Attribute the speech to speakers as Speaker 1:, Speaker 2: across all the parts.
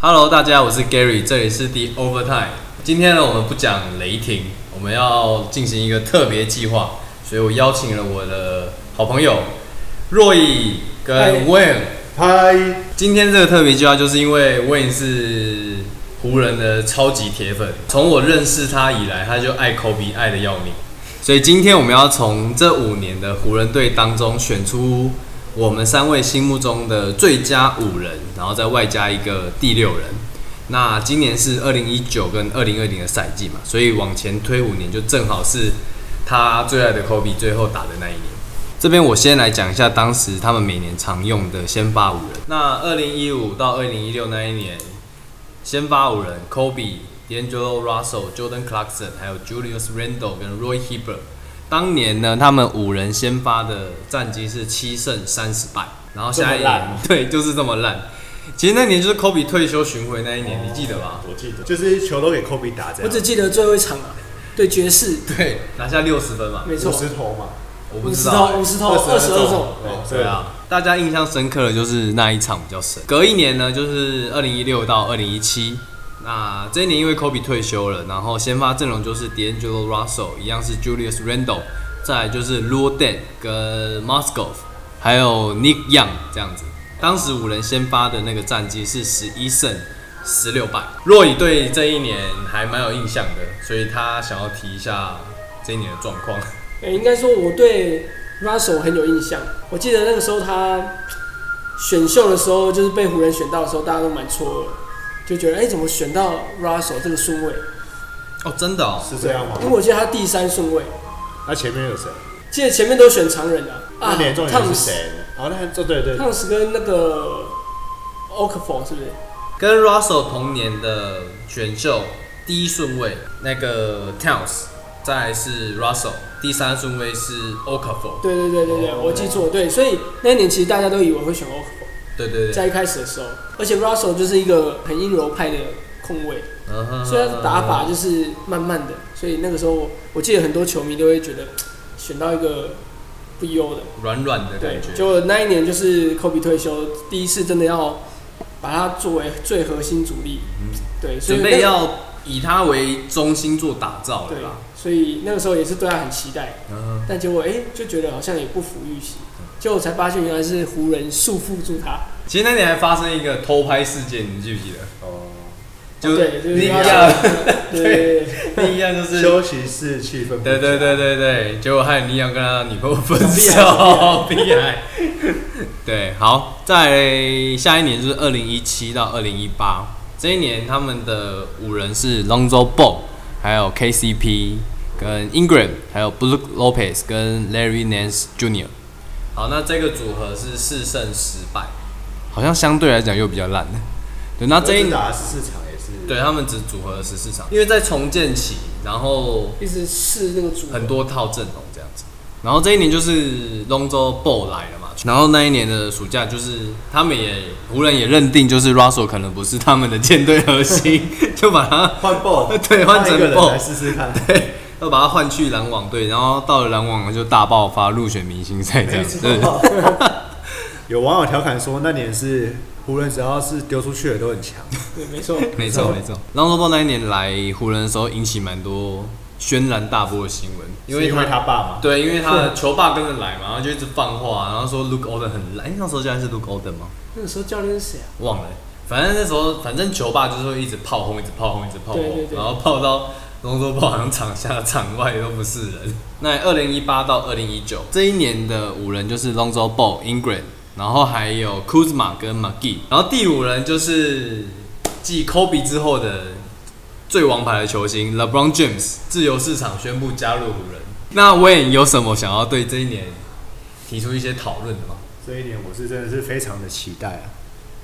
Speaker 1: Hello，大家，我是 Gary，这里是 The Overtime。今天呢，我们不讲雷霆，我们要进行一个特别计划，所以我邀请了我的好朋友若意跟 Wayne。
Speaker 2: 嗨，
Speaker 1: 今天这个特别计划，就是因为 Wayne 是湖人的超级铁粉，从我认识他以来，他就爱科比爱的要命。所以今天我们要从这五年的湖人队当中选出我们三位心目中的最佳五人，然后再外加一个第六人。那今年是二零一九跟二零二零的赛季嘛，所以往前推五年就正好是他最爱的科比最后打的那一年。这边我先来讲一下当时他们每年常用的先发五人。那二零一五到二零一六那一年，先发五人：Kobe、D'Angelo Russell、Jordan Clarkson，还有 Julius Randle 跟 Roy Hibbert。当年呢，他们五人先发的战绩是七胜三十败，然后下一
Speaker 3: 这么烂
Speaker 1: 年
Speaker 3: 啊
Speaker 1: 对就是这么烂。其实那年就是 Kobe 退休巡回那一年，你记得吧？
Speaker 3: 我记得
Speaker 2: 就是球都给科比打这
Speaker 4: 我只
Speaker 2: 样，
Speaker 4: 记得最后一场啊，对爵士，
Speaker 1: 对，拿下六十分嘛。
Speaker 4: 没
Speaker 2: 五
Speaker 4: 错，
Speaker 2: 十头嘛，
Speaker 1: 我不
Speaker 4: 五
Speaker 1: 知
Speaker 4: 十
Speaker 1: 道、
Speaker 4: 投，
Speaker 1: 欸
Speaker 4: 五。十投，二十二中，
Speaker 2: 哦
Speaker 1: 对，啊，大家印象深刻的就是那一场比较深。隔一年呢，就是二零一六到二零一七。那这一年因为 Kobe 退休了，然后先发阵容就是 D'Angelo Russell，一样是 Julius Randle，再来就是 l u o d e n 跟 Moskov，还有 Nick Young 这样子。当时五人先发的那个战绩是十一胜十六败。若以对这一年还蛮有印象的，所以他想要提一下这一年的状况。
Speaker 4: 哎、应该说我对 Russell 很有印象。我记得那个时候他选秀的时候，就是被湖人选到的时候，大家都蛮错愕，就觉得哎、怎么选到 Russell 这个顺位？
Speaker 1: 哦，真的哦，
Speaker 2: 是这样吗
Speaker 4: 因为？我记得他第三顺位，
Speaker 2: 那前面有谁？
Speaker 4: 记得前面都选常人啊，
Speaker 2: 那
Speaker 4: 啊
Speaker 2: 年重
Speaker 4: 汤
Speaker 2: 点
Speaker 4: 姆
Speaker 2: 是谁？呢？哦，那对对对，
Speaker 4: 汤姆斯跟那个 o k f o 是不是？
Speaker 1: 跟 Russell 同年的选秀第一顺位那个 Towns，再来是 Russell，第三顺位是 o k a f o
Speaker 4: 对对对对对，我记错，对，所以那一年其实大家都以为会选 o k f o
Speaker 1: 对对对，
Speaker 4: 在一开始的时候，而且 Russell 就是一个很阴柔派的控卫，
Speaker 1: 嗯哼
Speaker 4: 所以他的打法就是慢慢的，所以那个时候我记得很多球迷都会觉得选到一个不优的，
Speaker 1: 软软的
Speaker 4: 对
Speaker 1: 感，觉，
Speaker 4: 就那一年就是科比退休，第一次真的要把他作为最核心主力，对，所以
Speaker 1: 嗯准
Speaker 4: 那
Speaker 1: 备要以他为中心做打造
Speaker 4: 对
Speaker 1: 了啦。，
Speaker 4: 所以那个时候也是对他很期待，
Speaker 1: 嗯
Speaker 4: 但结果哎、就觉得好像也不符预期，结果才发现原来是湖人束缚住他，
Speaker 1: 其实那年还发生一个偷拍事件，你记不记得？
Speaker 2: 哦，
Speaker 1: 就
Speaker 4: 对，就是
Speaker 1: 另一
Speaker 4: 他
Speaker 1: 样，
Speaker 4: 对对对对。
Speaker 1: 另一样就是
Speaker 2: 休息室气氛，
Speaker 1: 对对，对对对，结果害尼昂跟他女朋友分手， 厉害。对，好，在下一年就是二零一七到二零一八，这一年他们的五人是 Lonzo Ball，还有 KCP 跟 Ingram，还有 Brook Lopez 跟 Larry Nance Jr。好，那这个组合是四胜十败，好像相对来讲又比较烂。对，那
Speaker 2: 他
Speaker 1: 这一
Speaker 2: 这一
Speaker 1: 年
Speaker 2: 打十四场也是，
Speaker 1: 对他们只组合了十四场，因为在重建期，然后
Speaker 4: 一直试那个组合
Speaker 1: 很多套阵容这样子。然后这一年就是 Lonzo Ball 来了嘛，然后那一年的暑假就是他们也湖人也认定就是 Russell 可能不是他们的舰队核心， 就把他
Speaker 2: 换 ball，
Speaker 1: 对换成
Speaker 2: 一个人
Speaker 1: ball
Speaker 2: 来试试看，
Speaker 1: 对要把他换去篮网队，然后到了篮网就大爆发入选明星赛这样子。 对
Speaker 2: 有网友调侃说那年是湖人只要是丢出去的都很强，
Speaker 4: 对，没错，
Speaker 1: 没错没错，Lonzo Ball 那一年来湖人的时候引起蛮多轩然大波的新闻，因
Speaker 2: 是
Speaker 1: 为
Speaker 2: 因为他爸嘛，
Speaker 1: 对，因为他的球爸跟着来嘛，然后就一直放话，然后说 Luke Oden 很烂，哎那时候竟然是 Luke Oden 吗？
Speaker 4: 那个时候教练是谁啊？
Speaker 1: 忘了，反正那时候反正球霸就是会一直炮轰，一直炮轰，一直炮轰，
Speaker 4: 对对对
Speaker 1: 然后炮到龙舟炮好像场下场外都不是人。那二零一八到二零一九这一年的五人就是龙舟 ball Ingram，然后还有 Kuzma 跟 McGee，然后第五人就是继 Kobe 之后的最王牌的球星 LeBron James 自由市场宣布加入湖人。那 Wayne 有什么想要对这一年提出一些讨论的吗？
Speaker 2: 这一年我是真的是非常的期待啊，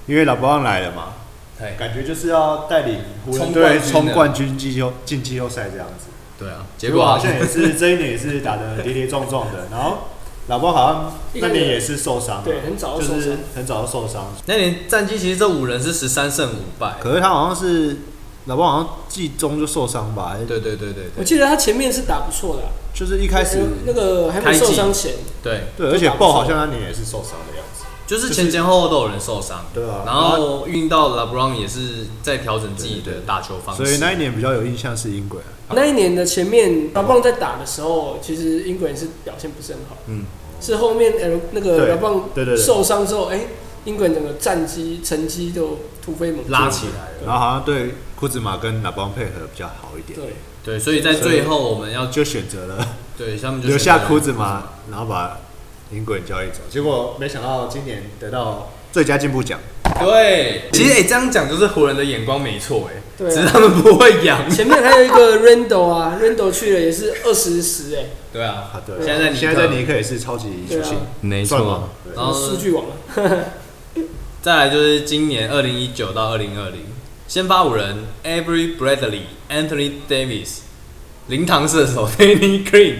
Speaker 2: 因为老布旺来了嘛，
Speaker 1: 对
Speaker 2: 感觉就是要带领湖人
Speaker 1: 冲冠
Speaker 2: 队
Speaker 1: 军的
Speaker 2: 冲冠军季后进季后赛这样子。
Speaker 1: 对啊，
Speaker 2: 结
Speaker 1: 结
Speaker 2: 果
Speaker 1: 果
Speaker 2: 哎好像也是 这一年也是打得跌跌撞撞的，然后老包好像那年也是受伤了，啊
Speaker 4: 对很早就
Speaker 2: 就
Speaker 4: 受伤
Speaker 2: 是很早就受伤。
Speaker 1: 那年战绩其实这五人是十三胜五败，
Speaker 2: 可是他好像是老包好像季中就受伤吧？
Speaker 1: 对对对对
Speaker 4: 我
Speaker 1: 对
Speaker 4: 记得他前面是打不错的啊、
Speaker 2: 就是一开始
Speaker 4: 那个还没受伤前，
Speaker 1: 对，
Speaker 2: 对，而且
Speaker 4: 打不错
Speaker 2: 鲍好像那年也是受伤的样子。
Speaker 1: 就是前前后后都有人受伤，
Speaker 2: 对啊
Speaker 1: 然后运到 LeBron 也是在调整自己的打球方式，
Speaker 2: 所以那一年比较有印象是音轨啊，
Speaker 4: 那一年的前面 l e b r o n 在打的时候，其实英国人是表现不是很好，
Speaker 1: 嗯，
Speaker 4: 是后面 L 那个 l
Speaker 2: 对
Speaker 4: e b r o
Speaker 2: 对
Speaker 4: n
Speaker 2: 对对
Speaker 4: 受伤之后，哎、英国人整个战绩成绩就突飞猛进
Speaker 1: 拉起来了。
Speaker 2: 然后好像对库兹马跟拉邦配合比较好一点，
Speaker 4: 对，
Speaker 1: 对，所以在最后我们要
Speaker 2: 就选择了
Speaker 1: 对他们就
Speaker 2: 留下库兹
Speaker 1: 嘛。
Speaker 2: 马，然后把音轨交易走，结果没想到今年得到最佳进步奖，
Speaker 1: 对，其实哎、这样讲就是湖人的眼光没错哎、
Speaker 4: 对啊
Speaker 1: 只是他们不会养。
Speaker 4: 前面还有一个 Randall 啊，Randall 去了也是二十十哎，
Speaker 1: 对啊，
Speaker 2: 啊对，
Speaker 1: 现在在尼克
Speaker 2: 现在在尼克也是超级球星
Speaker 4: 对啊，
Speaker 1: 没
Speaker 2: 算吗对
Speaker 1: 然后
Speaker 4: 数据网啊，
Speaker 1: 再来就是今年二零一九到二零二零，先发五人 Avery Bradley、Anthony Davis、零堂射手 Danny Green、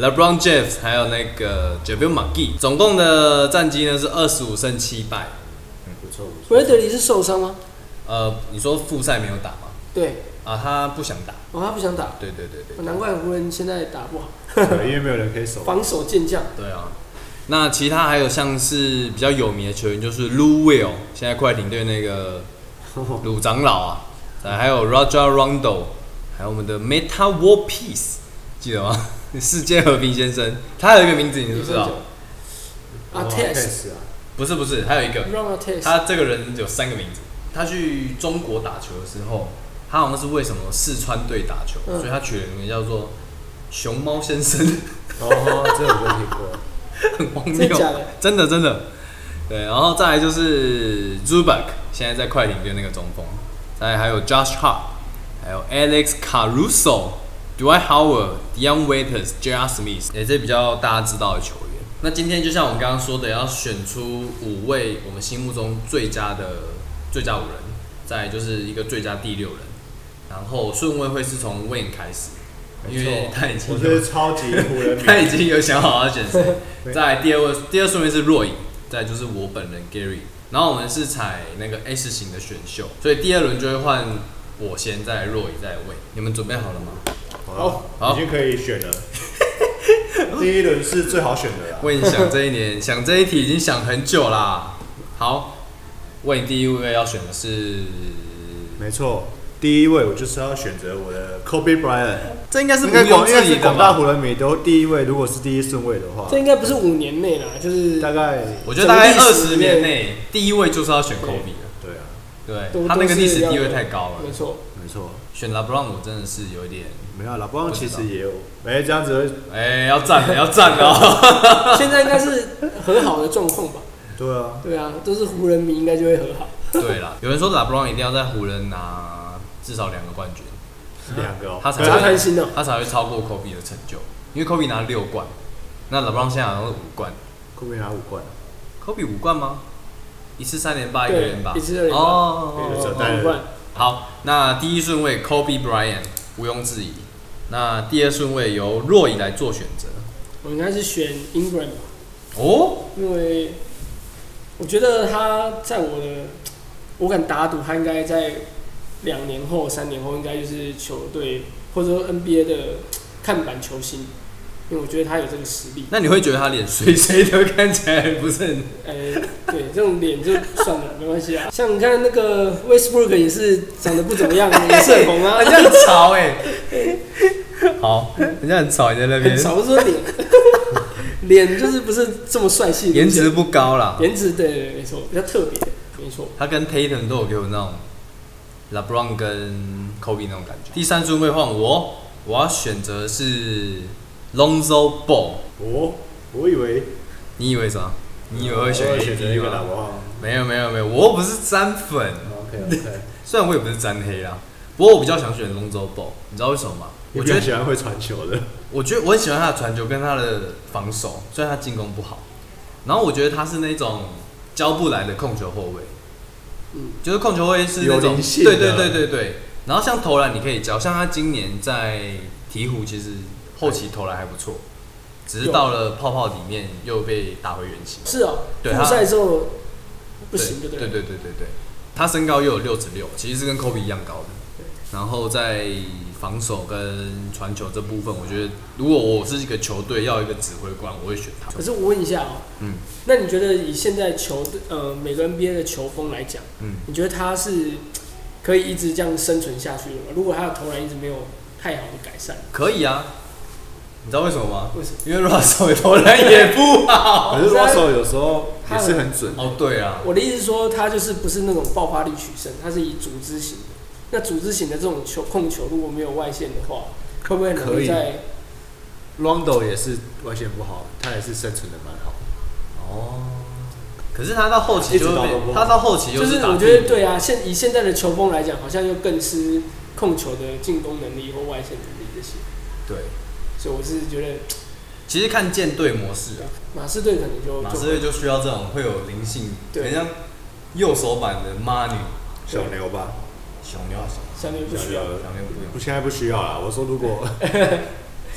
Speaker 1: LeBron James，还有那个 Javale McGee，总共的战绩呢是二十五胜七败。
Speaker 2: 嗯不错不错。
Speaker 4: Bradley 是受伤吗？
Speaker 1: 呃，你说复赛没有打吗？
Speaker 4: 对，
Speaker 1: 啊，他不想打。
Speaker 4: 哦，他不想打，
Speaker 1: 对对对对。
Speaker 4: 难怪湖人现在打不好，
Speaker 2: 对，因为没有人可以守。啊
Speaker 4: 防守健将。
Speaker 1: 对啊，那其他还有像是比较有名的球员，就是 Lou Will，现在快艇队那个鲁长老啊，呃还有 Roger Rondo，还有我们的 Meta War Peace，记得吗？ 世界和平先生，他有一个名字你知不知道？
Speaker 4: 啊
Speaker 2: 哇
Speaker 4: ，Test，
Speaker 2: 啊，
Speaker 1: 不是不是，还有一个，
Speaker 4: 让他 Test，
Speaker 1: 他这个人有三个名字。他去中国打球的时候，他好像是为什么四川队打球，
Speaker 4: 嗯
Speaker 1: 所以他取了一个名叫做熊猫先生。
Speaker 2: 哦，这我没听过。
Speaker 1: 很荒
Speaker 4: 真
Speaker 1: 谬
Speaker 4: 的假的，
Speaker 1: 真的真的。对，然后再来就是 Zubac，现在在快艇队那个中锋，再来还有 Josh Hart，还有 Alex Caruso、Dwight Howard、Dion Waiters、J.R. Smith，也这比较大家知道的球员。那今天就像我们刚刚说的，要选出五位我们心目中最佳的最佳五人，再来就是一个最佳第六人，然后顺位会是从 Wayne 开始，因为他已经
Speaker 2: 我
Speaker 1: 有
Speaker 2: 是超级湖 人
Speaker 1: 他
Speaker 2: 迷，
Speaker 1: 已经有想好要选谁。
Speaker 2: 对
Speaker 1: 再来第二位，第二顺位是若影，再来就是我本人 Gary。然后我们是采那个 S 型的选秀，所以第二轮就会换我先，再来若影，再来魏。你们准备好了吗？
Speaker 2: 好，
Speaker 1: 好
Speaker 2: 已经可以选了。第一轮是最好选的啦。
Speaker 1: 魏你想这一年，想这一题已经想很久啦。好，魏你第一位要选的是，
Speaker 2: 没错，第一位我就是要选择我的 Kobe Bryant，
Speaker 1: 这应该是
Speaker 2: 应
Speaker 1: 不
Speaker 2: 该
Speaker 1: 用
Speaker 2: 广应该
Speaker 1: 置疑
Speaker 2: 是
Speaker 1: 的
Speaker 2: 广大
Speaker 1: 吧？
Speaker 2: 湖人迷都第一位，如果是第一顺位的话
Speaker 4: 这，应该不是五年内啦，就是
Speaker 2: 大概
Speaker 1: 我觉得大概
Speaker 4: 整个
Speaker 1: 二
Speaker 4: 历史
Speaker 1: 十年内，第一位就是要选 Kobe 了。
Speaker 2: 对啊，
Speaker 1: 对
Speaker 4: 都
Speaker 1: 他那个历史地
Speaker 4: 都
Speaker 1: 位
Speaker 4: 是要
Speaker 1: 太高了，
Speaker 4: 没错，
Speaker 2: 没错，
Speaker 1: 选 LeBron 我真的是有一点，
Speaker 2: 没有啦，不然其
Speaker 1: 不
Speaker 2: 实
Speaker 1: 知道
Speaker 2: 也有，哎，这样子会
Speaker 1: 哎、要赞了，要赞了哦。
Speaker 4: 现在应该是和好的状况吧？
Speaker 2: 对啊，
Speaker 4: 对啊，都是湖人迷，应该就会和好。
Speaker 1: 对啦，有人说 LeBron 一定要在湖人拿至少两个冠军，
Speaker 2: 两个哦，
Speaker 1: 他才
Speaker 2: 可是
Speaker 4: 好
Speaker 1: 会
Speaker 4: 贪心哦
Speaker 1: 他才会超过 Kobe 的成就，因为 Kobe 拿六冠，那 LeBron 现在好像是五冠
Speaker 2: ，Kobe 拿五冠，
Speaker 1: ，Kobe 五冠吗？一次三连霸，一个
Speaker 4: 对
Speaker 1: 连霸，
Speaker 4: 一次二连霸
Speaker 2: 对
Speaker 1: 哦。
Speaker 2: 折带了
Speaker 4: 五冠
Speaker 1: 好，那第一顺位 Kobe Bryant 毋庸置疑，那第二顺位由若以来做选择。
Speaker 4: 我应该是选 Ingram 吧，
Speaker 1: 哦，
Speaker 4: 因为我觉得他在我的，我敢打赌他应该在两年后、三年后，应该就是球队或者说 NBA 的看板球星，因为我觉得他有这个实力。
Speaker 1: 那你会觉得他脸谁谁都看起来不是 很
Speaker 4: 哎、对，这种脸就算了，没关系啊。像你看那个 Westbrook 也是长得不怎 么样，也是很红啊，
Speaker 1: 人家很潮哎、好，人家很潮，你在那边
Speaker 4: 很少说脸， 脸就是不是这么帅气，
Speaker 1: 颜值不高啦，
Speaker 4: 颜值对对对没错，比较特别，没错。
Speaker 1: 他跟 Tatum 都有给我那种 LeBron 跟 Kobe 那种感觉。第三顺位换我，我要选择是 Lonzo Ball。
Speaker 2: 哦，我以为
Speaker 1: 你以为啥？你以为会选
Speaker 2: 我选择一
Speaker 1: AD
Speaker 2: 个打
Speaker 1: 吗？
Speaker 2: 王
Speaker 1: 没有没有没有，我又不是沾粉，
Speaker 2: ，OK OK，
Speaker 1: 虽然我也不是沾黑啦，不过我比较想选 Lonzo Ball，你知道为什么吗？
Speaker 2: 我
Speaker 1: 我
Speaker 2: 觉
Speaker 1: 觉
Speaker 2: 得
Speaker 1: 得
Speaker 2: 喜欢会传球的，
Speaker 1: 我觉得我很喜欢他的传球跟他的防守，虽然他进攻不好，然后我觉得他是那种交不来的控球后卫，
Speaker 4: 嗯
Speaker 1: 就是控球后卫是那
Speaker 2: 有
Speaker 1: 种
Speaker 2: 灵性
Speaker 1: 对
Speaker 2: 的
Speaker 1: 对对对对，然后像投篮你可以教，像他今年在鹈鹕其实后期投篮还不错，只是
Speaker 4: 有
Speaker 1: 到了泡泡里面又被打回原形，
Speaker 4: 是哦，
Speaker 1: 对
Speaker 4: 复赛之后不行，
Speaker 1: 对
Speaker 4: 就
Speaker 1: 对
Speaker 4: 对了。
Speaker 1: 对对对对，他身高又有六尺六，其实是跟科比一样高的，然后在防守跟传球这部分，我觉得如果我是一个球队要一个指挥官，我会选他
Speaker 4: 可。是我问一下哦、
Speaker 1: 嗯，
Speaker 4: 那你觉得以现在球队呃每个 NBA 的球风来讲，
Speaker 1: 嗯，
Speaker 4: 你觉得他是可以一直这样生存下去的吗？如果他的投篮一直没有太好的改善，
Speaker 1: 可以啊，你知道为什么吗？
Speaker 4: 为什么？
Speaker 1: 因为 Russell 投篮也不 好。
Speaker 2: 可是 Russell 有时候也是很准，
Speaker 1: 哦，对啊，
Speaker 4: 我的意思是说，他就是不是那种爆发力取胜，他是以组织型的。那组织型的这种球控球，如果没有外线的话，会不会很容
Speaker 2: 可
Speaker 4: 易
Speaker 2: 以
Speaker 4: 在
Speaker 2: Rondo 也是外线不好，他也是生存的蛮好。
Speaker 1: 哦，可是他到后期就
Speaker 2: 一直
Speaker 1: 会
Speaker 2: 打
Speaker 1: 被
Speaker 2: 都不好
Speaker 1: 他到后期又
Speaker 4: 就是
Speaker 1: 打
Speaker 4: 我
Speaker 1: 替
Speaker 4: 觉
Speaker 1: 补
Speaker 4: 得对啊，现以现在的球风来讲，好像又更吃控球的进攻能力或外线能力这些，
Speaker 1: 对，
Speaker 4: 所以我是觉得
Speaker 1: 其实看舰队模式啊，
Speaker 4: 马刺队可能就
Speaker 1: 马
Speaker 4: 就
Speaker 1: 刺队就需要这种会有灵性，
Speaker 4: 对
Speaker 1: 很像右手版的 m a n
Speaker 2: 小牛吧，
Speaker 1: 小牛啊，
Speaker 4: 相对不需要。
Speaker 1: 小牛不用
Speaker 2: 不，现在不需要啦。我说如 果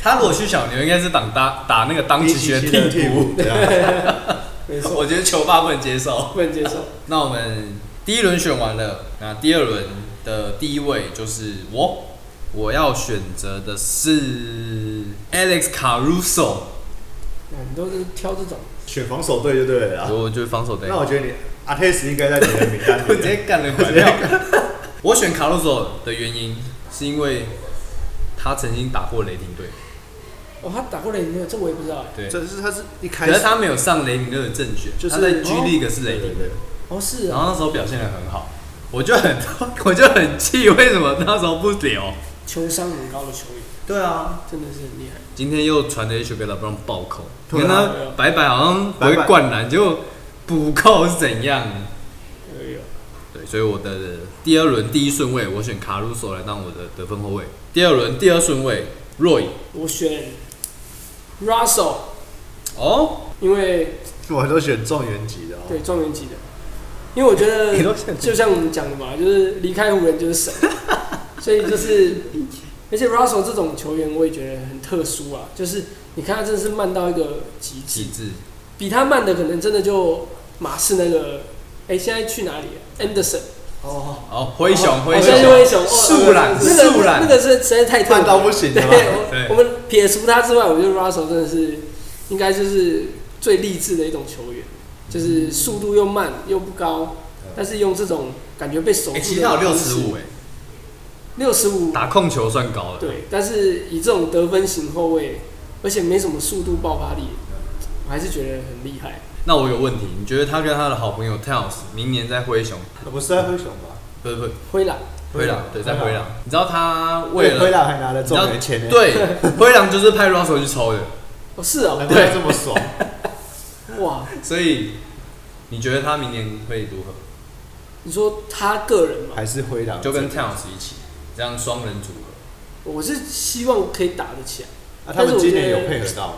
Speaker 1: 他如果去小牛，应该是打打打那个当季学
Speaker 2: 的
Speaker 1: 替补，
Speaker 2: 对啊，
Speaker 4: 没错，
Speaker 1: 我觉得球霸不能接受。
Speaker 4: 不能接受。
Speaker 1: 那我们第一轮选完了，那第二轮的第一位就是我，我要选择的是 Alex Caruso，
Speaker 4: 哎你都是挑这种，
Speaker 2: 选防守队就对了啦。
Speaker 1: 我就是防守队
Speaker 2: 那，我觉得你 a t e s 应该在你的名单
Speaker 1: 我直
Speaker 2: 里。
Speaker 1: 接干了管料。 我选 Caruso 的原因是因为他曾经打过雷霆队，
Speaker 4: 哦，他打过雷霆队，这我也不知道哎。
Speaker 1: 对，
Speaker 2: 这是他是一开
Speaker 1: 可是
Speaker 2: 始
Speaker 1: 他没有上雷霆队的正选，
Speaker 2: 就是
Speaker 1: 他在 G League 是雷
Speaker 2: 对
Speaker 1: 霆
Speaker 2: 对对，
Speaker 4: 哦，是
Speaker 1: 然
Speaker 4: 啊，
Speaker 1: 后那时候表现的很好，我就很 我就很气，为什么那时候不留？
Speaker 4: 球商很高的球员，
Speaker 1: 对啊，
Speaker 4: 真的是很厉害。
Speaker 1: 今天又传了一球给老布朗暴扣，你
Speaker 2: 对啊
Speaker 1: 看他白白好像不会灌篮，就补扣是怎样？
Speaker 4: 哎呦，
Speaker 1: 对，所以我的呃第二轮第一顺位我选卡鲁索来当我的得分后卫，第二轮第二顺位 Roy
Speaker 4: 我选 Russell，
Speaker 1: 哦，
Speaker 4: 因为
Speaker 2: 我都选状元级的哦。
Speaker 4: 对状元级的，因为我觉 得
Speaker 2: 你都选
Speaker 4: 就像我们讲的嘛，就是离开湖人就是神，所以就是，而且 Russell 这种球员我也觉得很特殊啊，就是你看他真的是慢到一个极致
Speaker 1: 极，致
Speaker 4: 比他慢的可能真的就马刺那个，哎、现在去哪里、啊、？Anderson。
Speaker 2: 哦，
Speaker 1: 哦，灰熊
Speaker 4: 哦
Speaker 1: 灰
Speaker 4: 现在是灰
Speaker 1: 熊
Speaker 4: 熊，哦
Speaker 1: 树懒
Speaker 4: 那个
Speaker 1: 树懒
Speaker 4: 那个是实在太特别
Speaker 2: 看到不行的
Speaker 4: 对
Speaker 2: 嘛。
Speaker 1: 对
Speaker 4: 我，我们撇除他之外，我觉得 Russell 真的是应该就是最励志的一种球员，
Speaker 1: 嗯
Speaker 4: 就是速度又慢又不高，但是用这种感觉被守住
Speaker 1: 哎，
Speaker 4: 的方式、
Speaker 1: 其实他有六十五哎，
Speaker 4: 六十五
Speaker 1: 打控球算高的，
Speaker 4: 对，但是以这种得分型后卫，而且没什么速度爆发力，我还是觉得很厉害。
Speaker 1: 那我有问题，你觉得他跟他的好朋友 Towns 明年在灰熊？
Speaker 2: 不是在灰熊吧？
Speaker 1: 不是不是
Speaker 4: 灰狼
Speaker 1: 灰狼，对，在灰
Speaker 2: 灰
Speaker 1: 狼
Speaker 2: 狼。
Speaker 1: 你知道他为
Speaker 2: 灰
Speaker 1: 了
Speaker 2: 狼还拿了
Speaker 1: 你知道
Speaker 2: 状元签呢，，
Speaker 1: 对灰狼就是派 Russell 去抽的，
Speaker 4: 哦是哦
Speaker 2: 难，怪这么 爽。
Speaker 1: 哎
Speaker 4: 哇，
Speaker 1: 所以你觉得他明年会如何？
Speaker 4: 你说他个人嘛，
Speaker 2: 还是灰狼
Speaker 1: 就跟 Towns 一起这样双人组合，
Speaker 4: 我是希望可以打得起来。
Speaker 2: 啊，他们今年有配合到吗？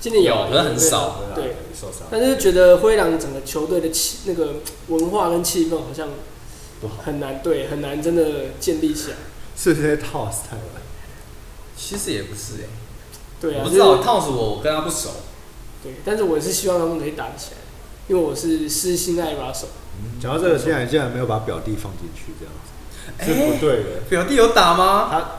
Speaker 4: 今年
Speaker 1: 有可是很少
Speaker 2: 灰狼
Speaker 4: 对
Speaker 2: 有受伤。
Speaker 4: 但是觉得灰狼整个球队的气那个文化跟气氛好像
Speaker 1: 不好
Speaker 4: 很难对很难真的建立起来。
Speaker 2: 是不是在 Toss 太晚？
Speaker 1: 其实也不是哎、
Speaker 4: 对啊，
Speaker 1: 我不知道
Speaker 4: 就是
Speaker 1: Towns 我跟他不熟，
Speaker 4: 对，但是我是希望他们可以打得起来，因为我是私心爱 Russell。
Speaker 2: 讲到这个，竟然竟然没有把表弟放进去，这样子是不对的。
Speaker 1: 哎表弟有打吗？
Speaker 2: 他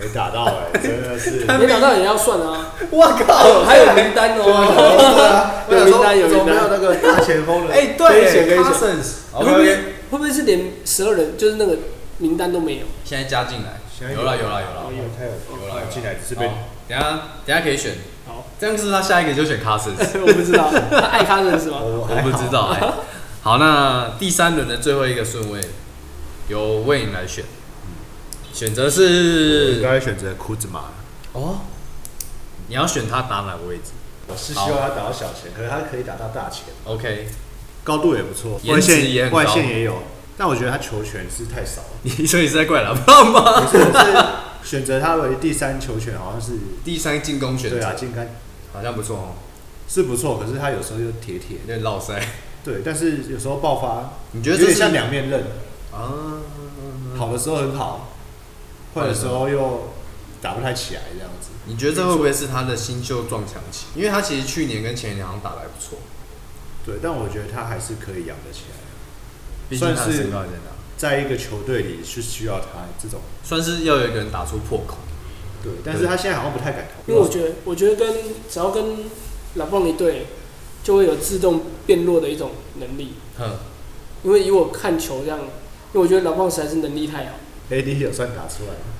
Speaker 2: 没打到哎， 真的是。
Speaker 4: 没打到也要算啊，
Speaker 1: 我靠
Speaker 4: 还有名单哦。
Speaker 2: 我
Speaker 4: 有
Speaker 2: 想
Speaker 4: 名
Speaker 2: 说
Speaker 4: 单有
Speaker 2: 怎么
Speaker 4: 名单
Speaker 2: 没有那个大前锋的？
Speaker 1: 哎、
Speaker 2: 可以选
Speaker 1: 对
Speaker 2: 可以选
Speaker 1: ，Cousins，
Speaker 4: 会不会会不会是连十二人就是那个名单都没有？
Speaker 1: 现在加进来，
Speaker 2: 现在
Speaker 1: 有
Speaker 2: 有
Speaker 1: 啦有啦有啦
Speaker 2: 因为他哦有哦
Speaker 1: 有啦有啦，
Speaker 2: 进来只是
Speaker 1: 好
Speaker 2: 被
Speaker 1: 等一下等一下可以选，
Speaker 4: 好，
Speaker 1: 这样是不是他下一个就选 Cousins？
Speaker 4: 我不知道，他爱他人是吗？
Speaker 2: 哦我
Speaker 1: 我不知道哎、好，那第三轮的最后一个顺位由魏颖来选，选择
Speaker 2: 应
Speaker 1: 是
Speaker 2: 该选择库兹马。
Speaker 1: 哦，你要选他打哪个位置
Speaker 2: 我是希望他打到小前，可是他可以打到大前，
Speaker 1: ？OK，
Speaker 2: 高度也不错，
Speaker 1: 颜
Speaker 2: 外
Speaker 1: 值
Speaker 2: 线
Speaker 1: 也很高
Speaker 2: 外线也有，但我觉得他球权是太少了。
Speaker 1: 你所以是在怪老棒 吗？
Speaker 2: 可是 我是选择他为第三球权，好像是
Speaker 1: 第三进攻选
Speaker 2: 对啊，
Speaker 1: 择
Speaker 2: 进杆
Speaker 1: 好像不错哦，
Speaker 2: 是不错，可是他有时候又铁铁
Speaker 1: 有，点落塞
Speaker 2: 对，但是有时候爆发，
Speaker 1: 你觉得
Speaker 2: 有
Speaker 1: 这
Speaker 2: 点
Speaker 1: 是
Speaker 2: 像两面刃，
Speaker 1: 啊？
Speaker 2: 好的时候很好，坏的时候又打不太起来这样子。
Speaker 1: 你觉得这会不会是他的新秀撞墙期？因为他其实去年跟前年好像打得还不错，
Speaker 2: 对，但我觉得他还是可以养得起来。
Speaker 1: 毕竟他的
Speaker 2: 算是
Speaker 1: 身高也在那。
Speaker 2: 在一个球队里是需要他这种
Speaker 1: 算是要有一个人打出破口。
Speaker 2: 对，但是他现在好像不太敢投，
Speaker 4: 因为我觉得，我觉得跟只要跟拉布朗一队，就会有自动变弱的一种能力。
Speaker 1: 嗯，
Speaker 4: 因为以我看球这样，因为我觉得老棒实在是能力太好。
Speaker 2: AD 有算打出来吗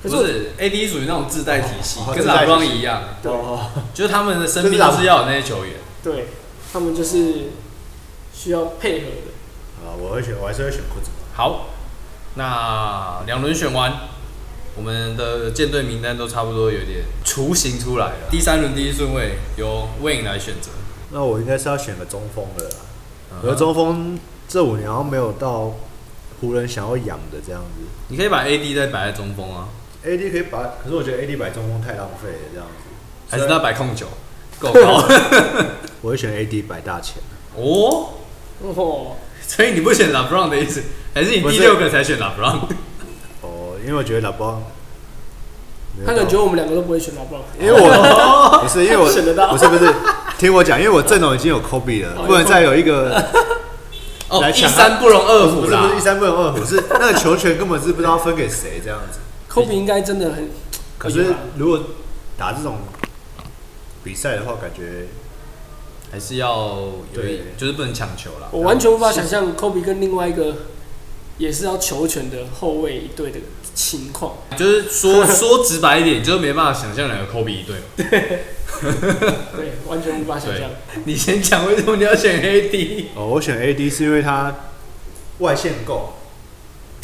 Speaker 4: 可
Speaker 1: 不
Speaker 4: 是我
Speaker 1: 是 AD 属于那种自带体系
Speaker 2: 哦，哦
Speaker 1: 跟
Speaker 2: 自带体系
Speaker 1: LeBron 一样，
Speaker 4: 对
Speaker 2: 哦，
Speaker 1: 就是他们的身边
Speaker 2: 就是 LeBron
Speaker 1: 都是要有那些球员。
Speaker 4: 对他们就是需要配合的。
Speaker 2: 啊，我会选，我还是会选库兹马。
Speaker 1: 好，那两轮选完，我们的舰队名单都差不多有点雏形出来了。第三轮第一顺位由 Wayne 来选择，
Speaker 2: 那我应该是要选个中锋了啦。
Speaker 1: 嗯
Speaker 2: 我的中锋这五年好像没有到湖人想要养的这样子。
Speaker 1: 嗯你可以把 AD 再摆在中锋啊，
Speaker 2: AD 可以把，可是我觉得 AD 摆中锋太浪费了这样子，
Speaker 1: 还是
Speaker 2: 所
Speaker 1: 他
Speaker 2: 以
Speaker 1: 摆 控球？够高
Speaker 2: 我会选 AD 摆大前。
Speaker 1: 哦，
Speaker 4: 哦，
Speaker 1: 所以你不选 LeBron 的意思，还是你
Speaker 2: 不
Speaker 1: 第
Speaker 2: 是
Speaker 1: 六个才选 LeBron？
Speaker 2: 哦，因为我觉得老邦，
Speaker 4: 他可能觉得我们两个都不会选老棒。
Speaker 2: 因为 我不是因为我
Speaker 4: 选得到
Speaker 2: 不是不是，听我讲，因为我阵容已经有 Kobe 了，
Speaker 4: 哦
Speaker 2: 不能再有一个
Speaker 1: 哦，
Speaker 2: 来
Speaker 1: 一
Speaker 2: 抢他
Speaker 1: 山不容二
Speaker 2: 不
Speaker 1: 虎
Speaker 2: 是不是一
Speaker 1: 啦。
Speaker 2: 三不能二虎，是那个球权根本是不知道分给谁这样子。
Speaker 4: 科比应该真的很，
Speaker 2: 可
Speaker 1: 啊
Speaker 2: 是啊如果打这种比赛的话，感觉
Speaker 1: 还是要有一
Speaker 2: 对，
Speaker 1: 就是不能抢球啦。
Speaker 4: 我完全无法想象科比跟另外一个也是要求全的后卫一队的情况。
Speaker 1: 就是说 说直白一点，就是没办法想象两个 Kobe 一队嘛。
Speaker 4: 对，完全无法想象。
Speaker 1: 你先讲为什么你要选 AD？
Speaker 2: 哦，我选 AD 是因为他外线够，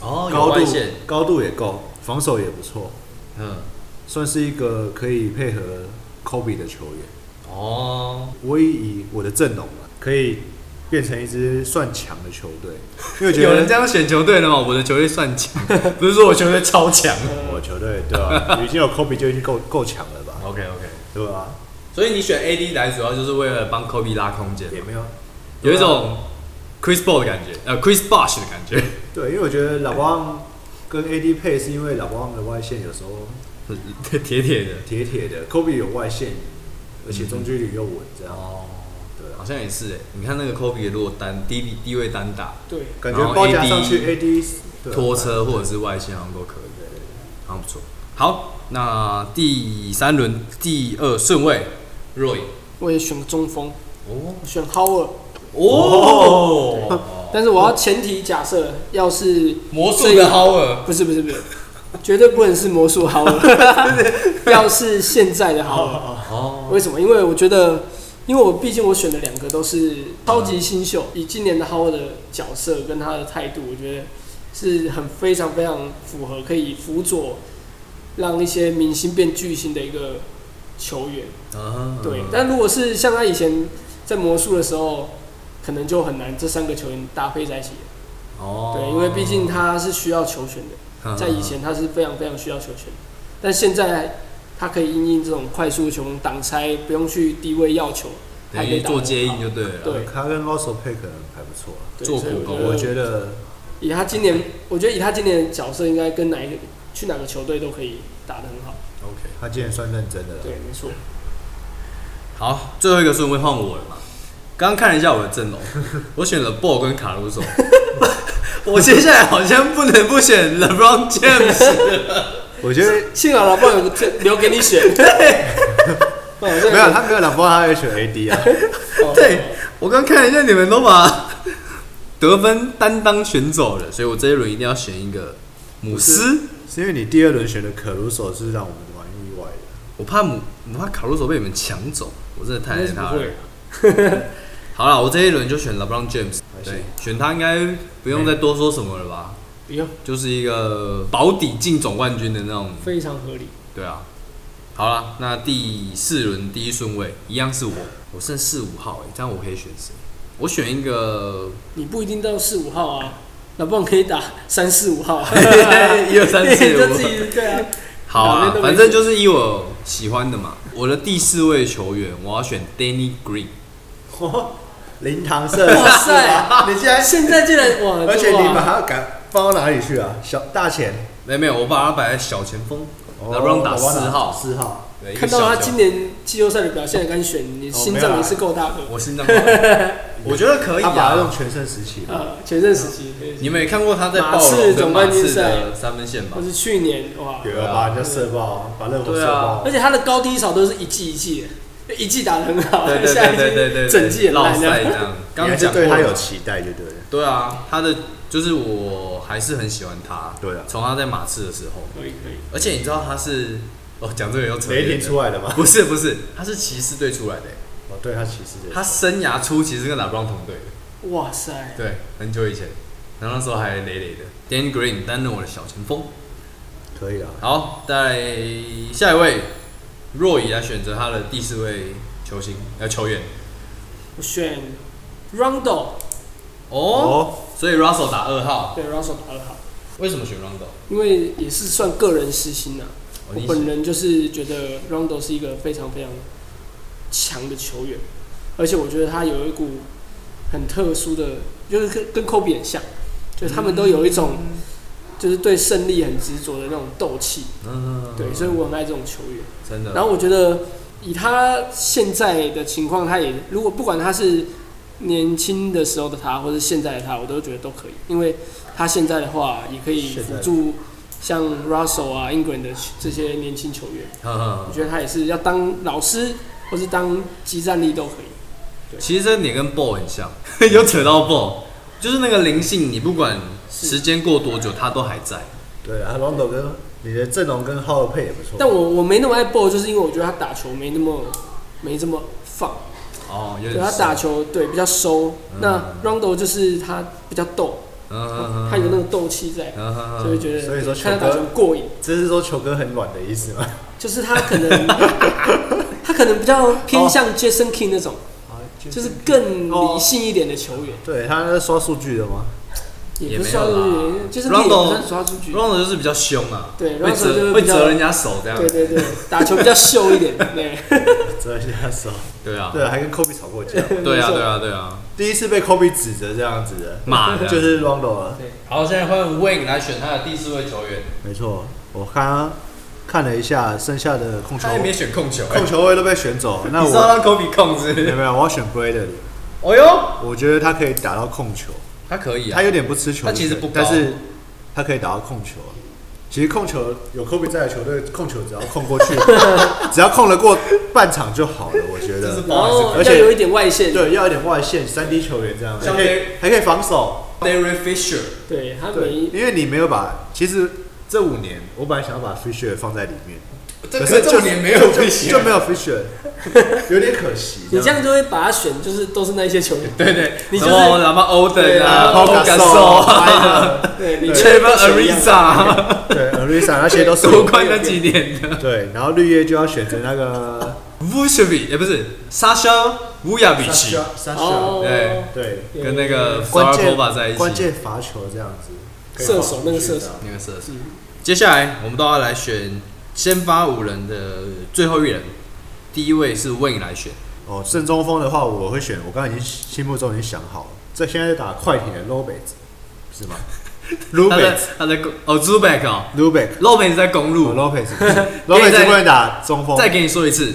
Speaker 1: 哦
Speaker 2: 高度，高度也够，防守也不错，
Speaker 1: 嗯，
Speaker 2: 算是一个可以配合 Kobe 的球员。
Speaker 1: 哦，
Speaker 2: 我以我的阵容啊，可以变成一支算强的球队，因为我觉
Speaker 1: 有
Speaker 2: 得
Speaker 1: 人这样选球队了吗？我的球队算强， 不是说我球队超强。
Speaker 2: 我球队对吧、已经有 Kobe 就已经够够强了吧，
Speaker 1: OK OK，
Speaker 2: 对吧、
Speaker 1: 所以你选 AD 来主要就是为了帮 Kobe 拉空间，
Speaker 2: 也没有
Speaker 1: 有一种 Chris Paul 的感觉，呃，Chris Bosh 的感 觉，
Speaker 2: 对，因为我觉得老王跟 AD 配是因为老王的外线有时候
Speaker 1: 铁铁的。
Speaker 2: 铁铁的，Kobe 有外线，而且中距离又稳，这样、
Speaker 1: 哦，
Speaker 2: 对啊
Speaker 1: 好像也是哎，你看那个 Kobe 的落单低低低位单打
Speaker 4: 对，
Speaker 2: 感
Speaker 1: 然
Speaker 2: 觉
Speaker 1: 后
Speaker 2: 包夹
Speaker 1: AD
Speaker 2: 上去 AD 对啊
Speaker 1: 拖车或者是外线好像都可以，好像不错。好，那第三轮第二顺位 Roy。
Speaker 4: 我也选个中锋，
Speaker 1: 哦
Speaker 4: 我选 Howard，
Speaker 1: 哦，
Speaker 4: 但是我要前提假设，要是
Speaker 1: 魔术的 Howard，
Speaker 4: 不是不是不是，绝对不能是魔术好了， 要是现在的好了。
Speaker 1: 哦，
Speaker 4: 为什么？因为我觉得，因为我毕竟我选的两个都是超级新秀，以今年的 Howard 的角色跟他的态度，我觉得是很非常非常符合，可以辅佐让一些明星变巨星的一个球员。
Speaker 1: 啊
Speaker 4: 对，但如果是像他以前在魔术的时候，可能就很难这三个球员搭配在一起。
Speaker 1: 哦
Speaker 4: 对，因为毕竟他是需要球权的。
Speaker 1: 嗯
Speaker 4: 在以，前他是非常非常需要球权，但现在他可以因应这种快速球风挡拆，不用去低位要球，
Speaker 1: 等于做接应就对了，
Speaker 4: 对
Speaker 2: 他跟 Russell 配可能还不错啊、
Speaker 4: 对
Speaker 1: 做
Speaker 4: 所以
Speaker 1: 苦工
Speaker 2: 我
Speaker 4: 我
Speaker 2: 觉
Speaker 4: 得
Speaker 2: 得
Speaker 4: 以他今年，我觉得以他今年的角色，应该跟哪一个去哪个球队都可以打得很好。
Speaker 1: ，OK，
Speaker 2: 他今年算认真
Speaker 1: 嗯
Speaker 2: 的了。
Speaker 4: 对，没错。
Speaker 1: 好，最后一个顺位换我了嘛。刚刚看了一下我的阵容， 我选了 Ball 跟卡 鲁索，我接下来好像不能不选 LeBron James，
Speaker 2: 我觉得
Speaker 4: 幸好老爸有个这留给 你选，不然我这个
Speaker 2: 没有，他没有老包，他也选 AD 啊。
Speaker 4: 哦
Speaker 1: 对我刚看了一下，你们都把 得分担当选走了，所以我这一轮一定要选一个姆斯。
Speaker 2: 是因为你第二轮选的可鲁索是让我们蛮意外的。
Speaker 1: 我怕姆，我怕卡鲁索被你们抢走，我真的太爱
Speaker 4: 应该
Speaker 1: 他
Speaker 4: 是不
Speaker 1: 了
Speaker 4: 会。
Speaker 1: 好了，我这一轮就选 LeBron James，
Speaker 2: 还行
Speaker 1: 对，选他应该不用再多说什么了吧，
Speaker 4: 不用，
Speaker 1: 就是一个保底进总冠军的那种，
Speaker 4: 非常合理。
Speaker 1: 对啊。好了，那第四轮第一顺位一样是我，我剩四五号、欸，这样我可以选谁？我选一个
Speaker 4: 你不一定到四五号啊，老爸可以打三四五号 啊，
Speaker 1: 一二三四
Speaker 4: 你就自
Speaker 1: 五，
Speaker 4: 己对啊。
Speaker 1: 好
Speaker 4: 哪边
Speaker 1: 啊
Speaker 4: 都没，
Speaker 1: 反正就是以我喜欢的嘛。我的第四位球员，我要选 Danny Green。
Speaker 2: 林堂胜，
Speaker 4: 哇塞
Speaker 2: 你竟然，
Speaker 4: 现在竟然哇，
Speaker 2: 而且
Speaker 4: 哇
Speaker 2: 你把他敢放到哪里去啊？小大前，
Speaker 1: 哦
Speaker 2: 哦
Speaker 1: 没有没有，我把它摆在小前锋，LeBron 打四号，
Speaker 2: 四号，
Speaker 1: 对一个
Speaker 4: 看到他
Speaker 1: 小
Speaker 4: 今年季后赛的表现，敢选，你心脏也是够大的。
Speaker 1: 我心脏不好， 我觉得可以
Speaker 2: 他把他
Speaker 1: 啊
Speaker 2: 用。全盛时期了，
Speaker 4: 呃，全盛时期，对
Speaker 1: 你们也看过他在
Speaker 4: 马
Speaker 1: 暴
Speaker 4: 刺
Speaker 1: 龙跟
Speaker 4: 总
Speaker 1: 马
Speaker 4: 冠军
Speaker 1: 刺
Speaker 4: 赛
Speaker 1: 的三分线吧
Speaker 4: 或？是去年哇，
Speaker 2: 有
Speaker 1: 对啊
Speaker 2: 把人家射爆，把热火
Speaker 1: 对
Speaker 2: 射
Speaker 1: 啊
Speaker 2: 爆
Speaker 4: 而，且他的高低潮都是一季一季的，一季打得很好，
Speaker 1: 对对
Speaker 4: 下
Speaker 1: 对
Speaker 4: 一
Speaker 1: 对对对，
Speaker 4: 季整季也
Speaker 1: 落
Speaker 4: 烂
Speaker 1: 赛这
Speaker 4: 掉。
Speaker 1: 样。
Speaker 2: 你
Speaker 1: 刚
Speaker 2: 还
Speaker 1: 刚
Speaker 2: 是
Speaker 1: 讲过
Speaker 2: 对他有
Speaker 1: 了
Speaker 2: 期待就对了。
Speaker 1: 对啊，他的就是我还是很喜欢他。
Speaker 2: 对啊
Speaker 1: 从他在马刺的时候，
Speaker 4: 可以可以，
Speaker 1: 而且你知道他是哦，讲这个又扯
Speaker 2: 雷霆
Speaker 1: 远了。
Speaker 2: 出来的吗？
Speaker 1: 不是不是，他是骑士队出来的，
Speaker 2: 哦，对他其实也
Speaker 1: 他生涯初期是跟 LeBron 同队的，
Speaker 4: 哇塞，
Speaker 1: 对，很久以前，然后那时候还累累的。Dan Green 担任我的小前锋。
Speaker 2: 可以啊。
Speaker 1: 好，在下一位，若以来选择他的第四位球星呃球员
Speaker 4: 我选 Rondo，
Speaker 1: 哦，
Speaker 2: 哦，
Speaker 1: 所以 Russell 打二号，
Speaker 4: 对 Rondo 打得好，
Speaker 1: 为什么选 Rondo？
Speaker 4: 因为也是算个人私心呐、啊
Speaker 1: 哦
Speaker 4: 我
Speaker 1: 你
Speaker 4: 本
Speaker 1: 是
Speaker 4: 人就是觉得 Rondo 是一个非常非常强的球员，而且我觉得他有一股很特殊的，就是跟跟 Kobe 很像，就是他们都有一种就是对胜利很执着的那种斗气，
Speaker 1: 嗯，
Speaker 4: 对，所以我很爱这种球员。
Speaker 1: 真的，
Speaker 4: 然后我觉得以他现在的情况，他也如果不管他是年轻的时候的他，或者现在的他，我都觉得都可以，因为他现在的话也可以
Speaker 2: 现在
Speaker 4: 辅
Speaker 2: 的
Speaker 4: 助像 Russell 啊、England 的这些年轻球员。
Speaker 1: 呵呵
Speaker 4: 我觉得他也是要当老师或是当集战力都可以。
Speaker 1: 其实这点跟 ball 很像， 有扯到 ball，就是那个灵性，你不管时间过多久，它都还在。
Speaker 2: 对啊，Rondo 跟你的阵容跟浩尔配也不错。
Speaker 4: 但我我没那么爱 ball，就是因为我觉得他打球没那么没这么放，
Speaker 1: 哦，有
Speaker 4: 对
Speaker 1: 点
Speaker 4: 他
Speaker 1: 像
Speaker 4: 打，球对比较收。
Speaker 1: 嗯
Speaker 4: 那 Rondo 就是他比较斗，
Speaker 1: 嗯
Speaker 4: 他有那个斗气在，
Speaker 1: 那
Speaker 4: 所以觉得
Speaker 2: 嗯所以说
Speaker 4: 对看
Speaker 2: 球
Speaker 4: 他打
Speaker 2: 哥
Speaker 4: 球过瘾。
Speaker 2: 这是说球哥很软的意思吗？
Speaker 4: 就是他可能 他可能比较
Speaker 2: 哦
Speaker 4: 偏向 Jason King 那种，
Speaker 1: 啊
Speaker 4: 就是更理性一点的球员，
Speaker 2: 对他那是刷数据的吗？
Speaker 4: 也
Speaker 1: 也
Speaker 4: 不
Speaker 1: 没
Speaker 4: 算
Speaker 1: 有啦
Speaker 4: 是就是 King 也
Speaker 1: Rondo-
Speaker 4: 不算抓出局。
Speaker 1: Rondo 就是比较凶啊，
Speaker 4: 对
Speaker 1: 会
Speaker 4: ，Rondo 就是
Speaker 1: 折
Speaker 4: 比
Speaker 1: 会
Speaker 4: 较
Speaker 1: 折人家手这样，
Speaker 4: 对对对，打球比较秀一点， 对。
Speaker 2: 这下手。
Speaker 1: 对啊，
Speaker 2: 对啊，还跟 Kobe 吵过架，
Speaker 1: 对啊，
Speaker 4: 没错
Speaker 1: 对啊，对啊，
Speaker 2: 第一次被 Kobe 指责这样子的，
Speaker 1: 骂的
Speaker 2: 就是 Rondo 了。
Speaker 1: 好，现在换 Wayne 来选他的第四位球员，
Speaker 2: 没错，我刚看了一下，剩下的控球
Speaker 1: 他也没选控球，哎
Speaker 2: 控球位都被选走，那
Speaker 1: 你知道
Speaker 2: 我
Speaker 1: 他科比控
Speaker 2: 没有
Speaker 1: 制，
Speaker 2: 没有，我要选 Bradley，
Speaker 1: 哦
Speaker 4: 哎
Speaker 1: 哟，
Speaker 2: 我觉得他可以打到控球，
Speaker 1: 他可以啊
Speaker 2: 他，有点不吃球权，
Speaker 1: 他其实不高
Speaker 2: 但是他可以打到控球。啊其实控球有 Kobe 在的球队，控球只要 控过去，只要控得过半场就好了，我觉
Speaker 1: 这是
Speaker 2: 得。
Speaker 1: 不
Speaker 4: 然
Speaker 1: 好
Speaker 4: 后
Speaker 1: 意
Speaker 2: 而
Speaker 1: 思
Speaker 2: 且
Speaker 4: 要有一点外线，
Speaker 2: 对，要有点外线，三 D 球员这样，还
Speaker 1: 像
Speaker 2: 可以
Speaker 1: Derek-
Speaker 2: 还可以防守，
Speaker 1: ，Derry Fisher，
Speaker 4: 对他
Speaker 2: 对，
Speaker 4: 没
Speaker 2: 因为你没有把，其实这五年我本来想要把 Fisher 放在里面，
Speaker 1: 这个
Speaker 2: 是就
Speaker 1: 重点没有
Speaker 2: 就
Speaker 1: Fisher，
Speaker 2: 就没有 Fisher，有点可惜。
Speaker 4: 你这样就会把他选，就是都是那一些球员，
Speaker 1: 对对，
Speaker 4: 你
Speaker 1: 你
Speaker 4: 就
Speaker 1: 就是是什么 Oden 啊、
Speaker 2: 抛
Speaker 1: p o
Speaker 2: 感
Speaker 1: g a
Speaker 2: 受
Speaker 1: s，
Speaker 4: 对，你
Speaker 1: t
Speaker 4: 就
Speaker 1: r e
Speaker 4: 会
Speaker 1: v o
Speaker 4: 跟
Speaker 1: r
Speaker 4: 球一样
Speaker 1: Ariza，啊
Speaker 2: 对 a r i s a 那些都是
Speaker 1: 夺冠那几年的
Speaker 2: 对，然后绿叶就要选择那个
Speaker 1: Vucevic，也不是 Sasha Vujavic，
Speaker 2: Sasha，
Speaker 4: 哦，
Speaker 1: 对
Speaker 2: 对，
Speaker 1: 跟那个 s a r
Speaker 2: 关
Speaker 1: a p o
Speaker 2: 键
Speaker 1: v a 在一
Speaker 2: 关
Speaker 1: 起，
Speaker 2: 键罚球这样子，可以
Speaker 4: 射手那个射手
Speaker 1: 那个射手
Speaker 4: 嗯。
Speaker 1: 接下来我们都要来选先发五人的最后一人，第一位是 Wayne 来选，
Speaker 2: 哦，正中锋的话，我会选，我刚才已经心目中已经想好了，这现在打快艇的 l o b e t 是 吗 l o
Speaker 1: 他
Speaker 2: b e
Speaker 1: 在
Speaker 2: t
Speaker 1: 他在攻哦 Zubac 哦
Speaker 2: l o b e t
Speaker 1: l o p e 在公
Speaker 2: 哦
Speaker 1: 路，
Speaker 2: ，Lopez，Lopez 不能打中锋。
Speaker 1: 再给你说一次，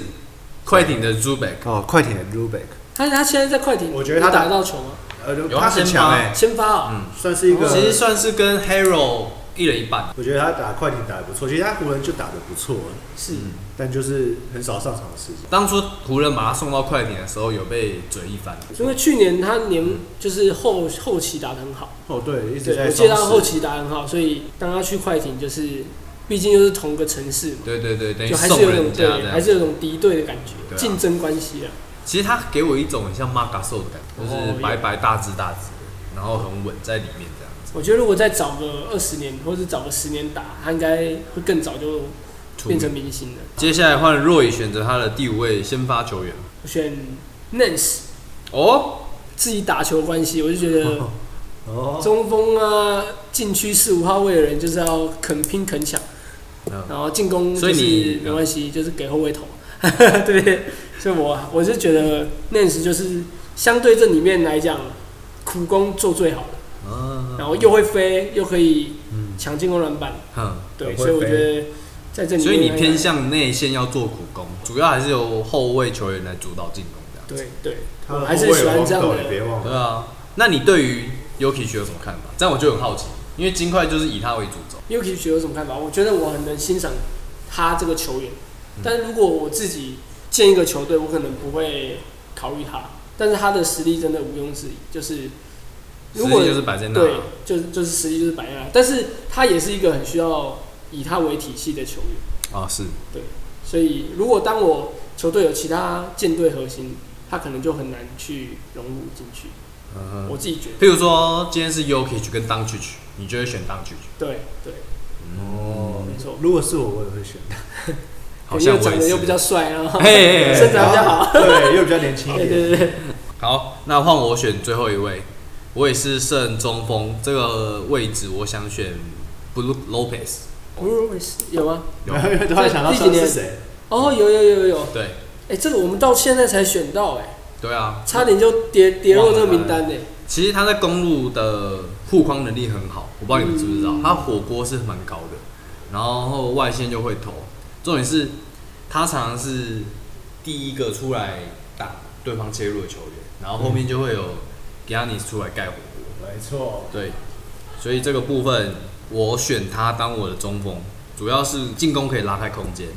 Speaker 1: 快艇的 Zubac，
Speaker 2: 哦，快艇的 Rubek，
Speaker 4: 他他现在在快艇，
Speaker 2: 我觉得他
Speaker 4: 打得到球吗？
Speaker 2: 呃
Speaker 1: 有
Speaker 2: 他很强哎、
Speaker 4: 啊先发啊，
Speaker 1: 嗯
Speaker 2: 算是一个。
Speaker 1: 其实算是跟 Hero 一人一半。
Speaker 2: 我觉得他打快艇打得不错，其实他湖人就打得不错，
Speaker 4: 是
Speaker 1: 嗯
Speaker 2: 但就是很少上场的时间。
Speaker 1: 当初湖人把他送到快艇的时候，有被嘴一番。
Speaker 4: 因为去年他年就是后后期打得很好，
Speaker 2: 哦，对，一直
Speaker 4: 对，
Speaker 2: 在
Speaker 4: 我记得他
Speaker 2: 伤势
Speaker 4: 后期打得很好，所以当他去快艇，就是毕竟又是同个城市嘛，
Speaker 1: 对对对，等于
Speaker 4: 就还
Speaker 1: 哎送
Speaker 4: 是有
Speaker 1: 人
Speaker 4: 种
Speaker 1: 家
Speaker 4: 对，还
Speaker 1: 的。
Speaker 4: 是有种敌对的感觉，
Speaker 1: 对啊
Speaker 4: 竞争关系啊。
Speaker 1: 其实他给我一种很像 m a r g a s o 的感觉，
Speaker 4: 哦
Speaker 1: 就是白白大只大只的，然后很稳在里面这样子。
Speaker 4: 我觉得如果再找个二十年，或者找个十年打，他应该会更早就
Speaker 1: 出名
Speaker 4: 变成明星了。
Speaker 1: 接下来换若雨选择他的第五位先发球员。
Speaker 4: 我选 Nance，
Speaker 1: 哦，
Speaker 4: 自己打球的关系，我就 觉得
Speaker 2: 哦，
Speaker 4: 中锋啊、禁区四五号位的人就是要肯拼肯抢，
Speaker 1: 嗯
Speaker 4: 然后进攻
Speaker 1: 所
Speaker 4: 就
Speaker 1: 以你嗯
Speaker 4: 是没关系，就是给后卫投。 对，所以我我是觉得 Nance 就是相对这里面来讲，苦工做最好的，
Speaker 1: 嗯
Speaker 4: 然后又会飞，又可以抢进攻篮板。
Speaker 1: 哼，
Speaker 4: 对，
Speaker 2: 也
Speaker 4: 所以
Speaker 2: 会
Speaker 4: 我
Speaker 2: 飞
Speaker 4: 觉得在这里
Speaker 1: 所
Speaker 4: 面。
Speaker 1: 以你偏向内线要做苦攻，主要还是由后卫球员来主导进攻这样。
Speaker 4: 对对，
Speaker 2: 他
Speaker 4: 我
Speaker 2: 们
Speaker 4: 还是
Speaker 2: 后卫
Speaker 4: 喜
Speaker 2: 有
Speaker 4: 欢这样
Speaker 2: Rondo，
Speaker 4: 的
Speaker 2: 你别忘了，
Speaker 1: 对啊，那你对于 Yuki 学有什么看法？这样我就很好奇，因为金块就是以他为主轴。
Speaker 4: Yuki 学有什么看法？我觉得我很能欣赏他这个球员，
Speaker 1: 嗯
Speaker 4: 但如果我自己建一个球队，我可能不会考虑他。但是他的实力真的毋庸置疑，就是
Speaker 1: 实
Speaker 4: 如果
Speaker 1: 力就是摆在那，
Speaker 4: 对，就是就是实力就是摆在那。但是他也是一个很需要以他为体系的球员，
Speaker 1: 啊是，
Speaker 4: 所以如果当我球队有其他舰队核心，他可能就很难去融入进去。
Speaker 1: 嗯哼。
Speaker 4: 我自己觉得，
Speaker 1: 譬如说今天是 Yuki 跟 d u n c i c 你就会选 d u n c i c
Speaker 4: 对对，
Speaker 2: 哦
Speaker 4: 没错，
Speaker 2: 如果是我，我也会选，
Speaker 1: 好像
Speaker 4: 因
Speaker 1: 我
Speaker 4: 为
Speaker 1: 也
Speaker 4: 长得
Speaker 1: 是
Speaker 4: 又比较帅，然后
Speaker 1: 嘿嘿嘿
Speaker 4: 身材比较好。
Speaker 2: 对，又比较年轻一
Speaker 4: 对
Speaker 2: 点。
Speaker 4: 对对对，
Speaker 1: 好，那换我选最后一位，我也是剩中锋这个位置，我想选 Blue Lopez。
Speaker 4: 有吗？
Speaker 1: 有
Speaker 2: 然后又突然想到上次是谁，
Speaker 4: 哦，有有有有有，
Speaker 1: 对
Speaker 4: 哎，这个我们到现在才选到，哎，
Speaker 1: 对啊，
Speaker 4: 差点就跌跌落这个名单呢。哎
Speaker 1: 其实他在公路的护框能力很好，我不知道你们知不知道，他火锅是蛮高的，然后外线就会投，重点是他常常是第一个出来打对方切入的球员，然后后面就会有 g i a n i s 出来盖火锅。
Speaker 2: 没错，
Speaker 1: 对，所以这个部分我选他当我的中锋，主要是进攻可以拉开空间，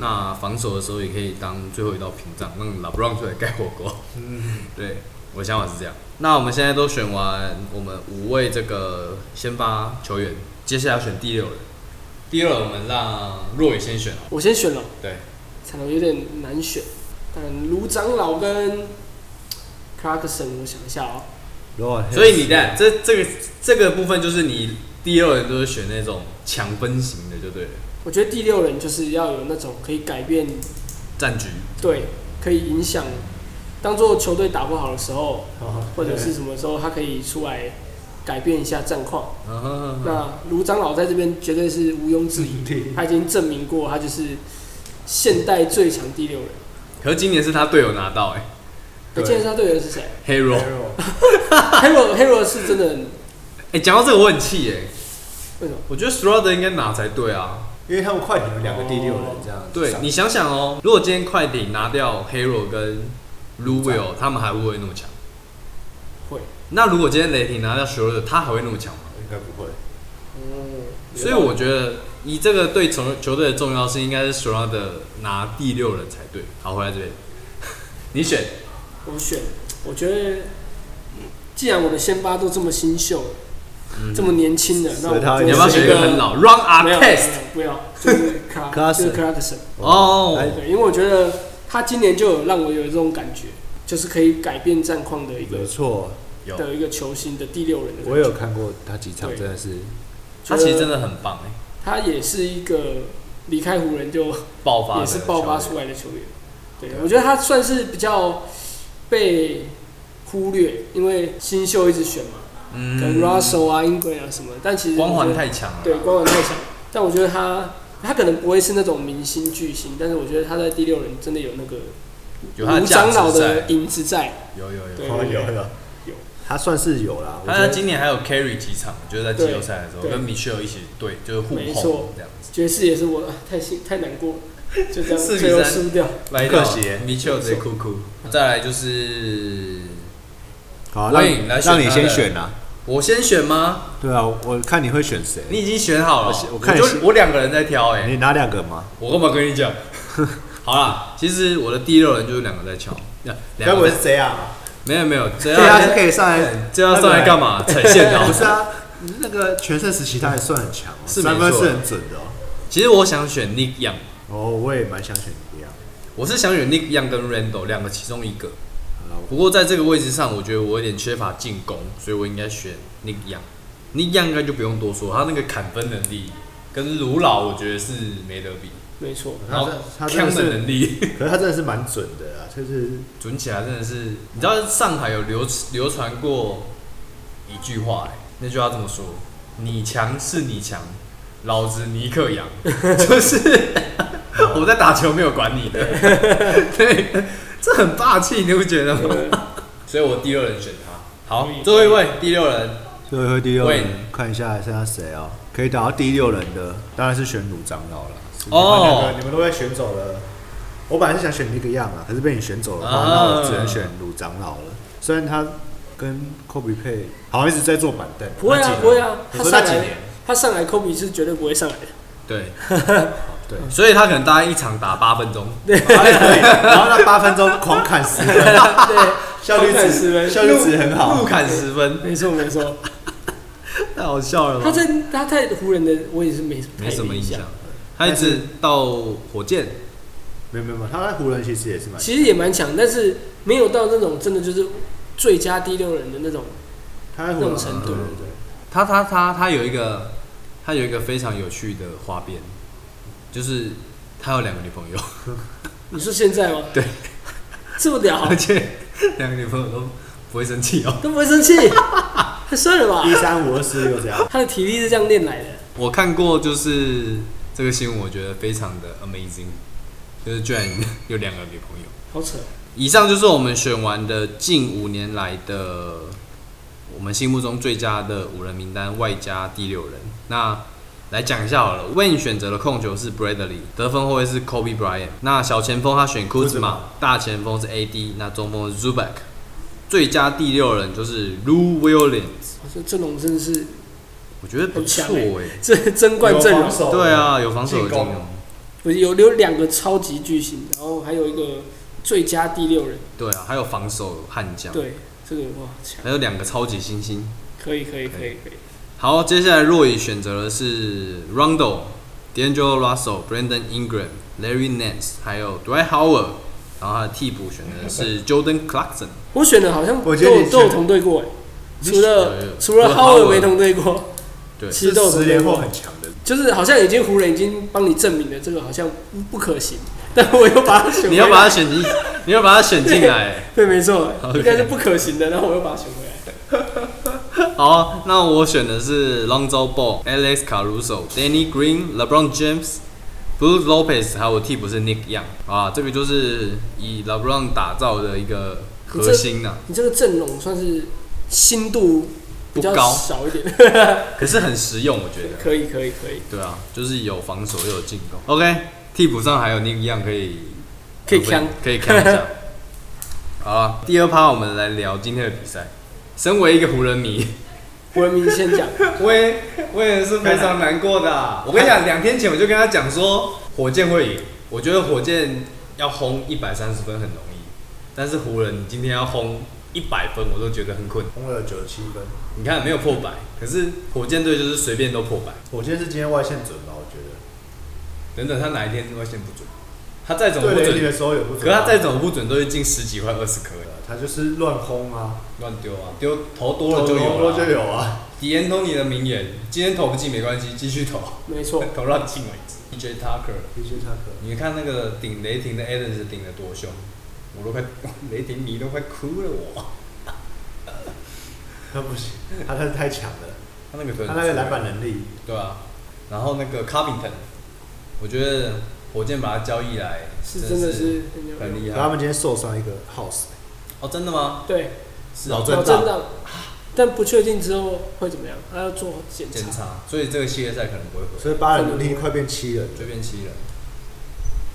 Speaker 1: 那防守的时候也可以当最后一道屏障，让老布朗出来盖火锅。
Speaker 2: 嗯，
Speaker 1: 对，我想法是这样。那我们现在都选完我们五位这个先发球员，接下来要选第六人。第六人我们让若雨先选好了。
Speaker 4: 我先选了，
Speaker 1: 对，
Speaker 4: 惨了，有点难选。但卢长老跟 Clarkson，我想一下哦，
Speaker 1: 所以你看这这个这个部分就是你第六人都是选那种强分型的，就对了，
Speaker 4: 我觉得第六人就是要有那种可以改变，
Speaker 1: 战局。
Speaker 4: 对，可以影响，当做球队打不好的时候，
Speaker 2: 好
Speaker 4: 或者是什么时候，他可以出来改变一下战况。
Speaker 1: 嗯哼 哼哼
Speaker 4: 那卢长老在这边绝对是毋庸置疑，
Speaker 2: 对
Speaker 4: 他已经证明过，他就是现代最强第六人。
Speaker 1: 可是今年是他队友拿到哎、
Speaker 4: 那
Speaker 2: 对
Speaker 4: 今天他队友是谁
Speaker 1: Hero，哎、
Speaker 4: ？Hero Hero 是真的很，
Speaker 1: 欸讲到这个我很气哎、
Speaker 4: 为什么？
Speaker 1: 我觉得 Strada 应该拿才对啊。
Speaker 2: 因为他们快艇有两个第六人这样子，
Speaker 1: 对你想想哦，如果今天快艇拿掉 Hero 跟 Rubio，他们还会不会那么强？
Speaker 4: 会。
Speaker 1: 那如果今天雷霆拿掉 Strada，他还会那么强吗？
Speaker 2: 应该不会，
Speaker 4: 哦，
Speaker 1: 所以我觉得以这个对球球队的重要性，应该是 Strada 拿第六人才对。好，回来这边， 你选
Speaker 4: 我选，我觉得既然我的先发都这么新秀了，这么年轻的，那
Speaker 2: 所以他
Speaker 4: 我
Speaker 2: 会
Speaker 1: 你要不要选一个很老？Run our
Speaker 4: 没有
Speaker 1: test
Speaker 4: 没有没有，就是 Clark，就是
Speaker 2: Clarkson
Speaker 4: Clarkson。
Speaker 1: 哦
Speaker 2: 来
Speaker 4: 对，因为我觉得他今年就有让我有这种感觉，就是可以改变战况的一个
Speaker 2: 没错，
Speaker 1: 有，
Speaker 4: 的一个球星的第六人的感觉。
Speaker 2: 我有看过他几场，
Speaker 4: 对
Speaker 2: 真的是
Speaker 1: 他其实真的很棒哎、
Speaker 4: 他也是一个离开湖人就
Speaker 1: 爆发的
Speaker 4: 也是爆发
Speaker 1: 球员
Speaker 4: 出来的球员。对
Speaker 2: 对，
Speaker 4: 我觉得他算是比较被忽略，因为新秀一直选嘛，可
Speaker 1: 嗯
Speaker 4: 能 Russell 啊、英格啊什么，但其实我
Speaker 1: 光
Speaker 4: 觉
Speaker 1: 环
Speaker 4: 得
Speaker 1: 太强了，
Speaker 4: 对光环太强，但我觉得他他可能不会是那种明星巨星，但是我觉得他在第六人真的有那个
Speaker 1: 有他的
Speaker 4: 吴
Speaker 1: 价
Speaker 4: 长老
Speaker 1: 值
Speaker 4: 的
Speaker 1: 在，
Speaker 4: 影子在。
Speaker 1: 有有有。
Speaker 4: 对
Speaker 2: 哦了
Speaker 4: 有，
Speaker 2: 他算是有啦，我
Speaker 1: 他
Speaker 2: 觉
Speaker 1: 在
Speaker 2: 得
Speaker 1: 今年还有 carry 几场，就是在季后赛的时候
Speaker 4: 对
Speaker 1: 跟 Michelle 一起对，就是互
Speaker 4: 没
Speaker 1: 碰
Speaker 4: 错
Speaker 1: 这样子。
Speaker 4: 爵士也是我啊太心太难过了，就这样
Speaker 1: 四比
Speaker 4: 最后
Speaker 1: 三
Speaker 4: 输掉。
Speaker 1: 来
Speaker 2: 可惜耶
Speaker 1: Michelle 直接哭哭。再来就是
Speaker 2: 好，
Speaker 1: 我
Speaker 2: 让
Speaker 1: 也
Speaker 2: 你
Speaker 1: 来选
Speaker 2: 让你
Speaker 1: 他
Speaker 2: 先
Speaker 1: 的
Speaker 2: 选啊，
Speaker 1: 我先选吗？
Speaker 2: 对啊，我看你会选谁，
Speaker 1: 你已经选好了
Speaker 2: 我，我
Speaker 1: 我
Speaker 2: 看
Speaker 1: 就
Speaker 2: 你是
Speaker 1: 我两个人在挑哎、
Speaker 2: 你拿两个吗？
Speaker 1: 我干嘛跟你讲？ 好啦，其实我的第六人就是两个在敲，两
Speaker 2: 该
Speaker 1: 两
Speaker 2: 不
Speaker 1: 个
Speaker 2: 会
Speaker 1: 在
Speaker 2: 是谁啊？
Speaker 1: 没有没有，这
Speaker 2: 对
Speaker 1: 样
Speaker 2: 啊，是可以上来，
Speaker 1: 这样上来干嘛？踩线哦
Speaker 2: 不是啊，那个全盛时期他还算很强哦，
Speaker 1: 是
Speaker 2: 三分
Speaker 1: 没错
Speaker 2: 是很准的哦。
Speaker 1: 其实我想选 Nick Young，
Speaker 2: 哦，我也蛮想选你一样。
Speaker 1: 我是想选 Nick Young 跟 Randall 两个其中一个。
Speaker 2: 好了，
Speaker 1: 不过在这个位置上，我觉得我有点缺乏进攻，所以我应该选 Nick Young。Nick Young 应该就不用多说，他那个砍分能力跟卢老，我觉得是没得比。
Speaker 4: 没错，
Speaker 2: 他
Speaker 1: 然后
Speaker 2: 他真
Speaker 1: 枪
Speaker 2: 的
Speaker 1: 的
Speaker 2: 是，
Speaker 1: 能力
Speaker 2: 可是他真的是蛮准的啊，就是
Speaker 1: 准起来真的是，你知道上海有流流传过一句话、欸，那句话这么说：你强是你强，老子尼克杨， 就是我在打球没有管你 的，对，这很霸气，你不觉得吗？所以我第六人选他。好，最后一位第六人，
Speaker 2: 最后一个第六人
Speaker 1: Wayne，
Speaker 2: 看一下剩下谁哦，可以打到第六人的当然是选鲁长老了，你们两
Speaker 1: 哦
Speaker 2: 个，你们都被选走了。我本来是想选尼克样啊，可是被你选走了，
Speaker 1: 啊
Speaker 2: 那我只能选鲁长老了。虽然他跟科比配好像一直在坐板凳，
Speaker 4: 不会啊，不会啊，
Speaker 2: 你
Speaker 4: 他
Speaker 2: 说
Speaker 4: 上
Speaker 2: 那几
Speaker 4: 来
Speaker 2: 年，
Speaker 4: 他上来，科比是绝对不会上来的。
Speaker 1: 对，
Speaker 2: 对，
Speaker 1: 所以他可能大概一场打八分钟，
Speaker 2: 还可以。然后那八分钟狂砍十分，
Speaker 4: 对，
Speaker 2: 效率
Speaker 4: 狂砍十
Speaker 2: 值
Speaker 4: 分
Speaker 2: 效率值很好
Speaker 1: 怒。砍十分，
Speaker 4: 没错 没错。
Speaker 1: 太好笑了
Speaker 4: 他
Speaker 1: 吧？
Speaker 4: 在他在湖人的，我也是没
Speaker 1: 没什么印
Speaker 4: 印
Speaker 1: 象
Speaker 4: 象。，
Speaker 1: 他一直到火箭，
Speaker 2: 没有没有，没有，他在湖人其实也是蛮
Speaker 4: 其实也蛮强，但是没有到那种真的就是最佳第六人的那种。
Speaker 2: 他在湖人
Speaker 4: 那种程度
Speaker 2: 对对对，
Speaker 1: 他他他他有一个，他有一个非常有趣的花边，就是他有两个女朋友，
Speaker 4: 你说现在吗？
Speaker 1: 对，
Speaker 4: 这么 屌
Speaker 1: 而，且两个女朋友都不会生气哦。
Speaker 4: 都不会生气，太帅了吧？
Speaker 2: 一三五二四又这样。
Speaker 4: 他的体力是这样练来的。
Speaker 1: 我看过就是这个新闻，我觉得非常的 amazing，就是居然有两个女朋友。
Speaker 4: 好扯，
Speaker 1: 以上就是我们选完的近五年来的我们心目中最佳的五人名单，外加第六人。那来讲一下好了，Wayne 选择的控球是 Bradley，得分后卫是 Kobe Bryant，那小前锋他选 Kuzma，
Speaker 2: Kuzma
Speaker 1: 大前锋是 AD，那中锋是 Zubac，最佳第六人就是 Lou Williams，
Speaker 4: 我说阵容真的是
Speaker 1: 我觉得不
Speaker 4: 很强
Speaker 1: 错
Speaker 4: 欸
Speaker 1: 哎、
Speaker 4: 这争冠阵容
Speaker 2: 有防，守
Speaker 1: 对，啊，有防守有
Speaker 2: 进攻
Speaker 1: 进攻。
Speaker 4: 不是
Speaker 1: 啊
Speaker 4: 有有两个超级巨星，然后还有一个最佳第六人，
Speaker 1: 对啊，还有防守悍将，
Speaker 4: 对，这个哇强，
Speaker 1: 还有两个超级新星。
Speaker 4: 可以可以可以可以，
Speaker 1: 好，接下来若雨选择的是 Rondo、D'Angelo Russell、Brandon Ingram、Larry Nance，还有 Dwight Howard，然后他的替补选的 是 Jordan Clarkson。
Speaker 4: 我选的好像都
Speaker 2: 我觉得
Speaker 4: 有
Speaker 2: 你
Speaker 4: 都有
Speaker 2: 选
Speaker 4: 同队过哎，
Speaker 1: 你
Speaker 4: 除
Speaker 1: 选的
Speaker 4: 了除了
Speaker 1: 除了
Speaker 4: 哈
Speaker 1: Howard
Speaker 4: 尔没同队过，
Speaker 1: 对
Speaker 4: 其
Speaker 2: 是
Speaker 4: 实都有
Speaker 2: 十
Speaker 4: 同
Speaker 2: 年
Speaker 4: 队
Speaker 2: 后
Speaker 4: 过，
Speaker 2: 很强的。
Speaker 4: 就是好像已经湖人已经帮你证明了这个好像不可行， 但我又把它选回来，
Speaker 1: 你要把他选 进，你要把他选进来。
Speaker 4: 对，没错，
Speaker 1: OK
Speaker 4: 应该是不可行的，然后我又把它选回来。
Speaker 1: 好，那我选的是 Lonzo Ball、Alex Caruso、Danny Green、LeBron James、Brook Lopez，还有替补是 Nick Young。啊，这个就是以 LeBron 打造的一个核心啊呐、
Speaker 4: 你这个阵容算是心度比较
Speaker 1: 不高
Speaker 4: 少一点，
Speaker 1: 可是很实用，我觉得。
Speaker 4: 可以可以可以
Speaker 1: 对啊，就是有防守又有进攻。OK，替补上还有 Nick Young 可以
Speaker 4: 可以扛，
Speaker 1: 可以扛一 下。 好啊，第二趴我们来聊今天的比赛。身为一个湖人迷，
Speaker 4: 湖人明星先讲，
Speaker 1: 我也我也是非常难过的啊、 我跟你讲，两天前我就跟他讲说，火箭会赢。我觉得火箭要轰一百三十分很容易，但是湖人今天要轰一百分，我都觉得很困难。
Speaker 2: 轰了九十七分，
Speaker 1: 你看没有破百，可是火箭队就是随便都破百。
Speaker 2: 火箭是今天外线准吧？我觉得
Speaker 1: 等等，他哪一天外线不准？他再怎么
Speaker 2: 对
Speaker 1: 不
Speaker 2: 雷霆
Speaker 1: 准
Speaker 2: 的，时候也不准啊，
Speaker 1: 可是他再怎么不准，都会进十几块、二十颗，
Speaker 2: 他就是乱轰啊，
Speaker 1: 乱丢啊，丢投多了就
Speaker 2: 投多
Speaker 1: 有
Speaker 2: 了就
Speaker 1: 了。
Speaker 2: 有啊。
Speaker 1: 迪安东尼的名言：今天投不进没关系，继续投，
Speaker 2: 哦
Speaker 4: 没错，
Speaker 1: 投到进为止。DJ Tucker，
Speaker 2: 必须他可
Speaker 1: 你看那个顶雷霆的 Adams 顶得多凶，我都快 雷霆迷都快哭了我。
Speaker 2: 他不行，他他太强了，
Speaker 1: 他那个腿，
Speaker 2: 他那个篮板，能力，
Speaker 1: 对啊。然后那个 Covington，我觉得火箭把他交易来
Speaker 4: 是真的是很有
Speaker 1: 很
Speaker 4: 用。
Speaker 1: 厉
Speaker 2: 然后他
Speaker 1: 害。
Speaker 2: 们今天受伤一个 House，
Speaker 1: 哦，真的吗？
Speaker 4: 对，
Speaker 1: 是
Speaker 2: 老
Speaker 1: 啊
Speaker 2: 郑
Speaker 4: 脑
Speaker 2: 震荡
Speaker 4: 震荡，但不确定之后会怎么样，还要做检
Speaker 1: 检
Speaker 4: 查。
Speaker 1: 查，所以这个系列赛可能不会回，
Speaker 2: 所以八人能力快变七人
Speaker 1: 随
Speaker 2: 了，
Speaker 1: 便七了。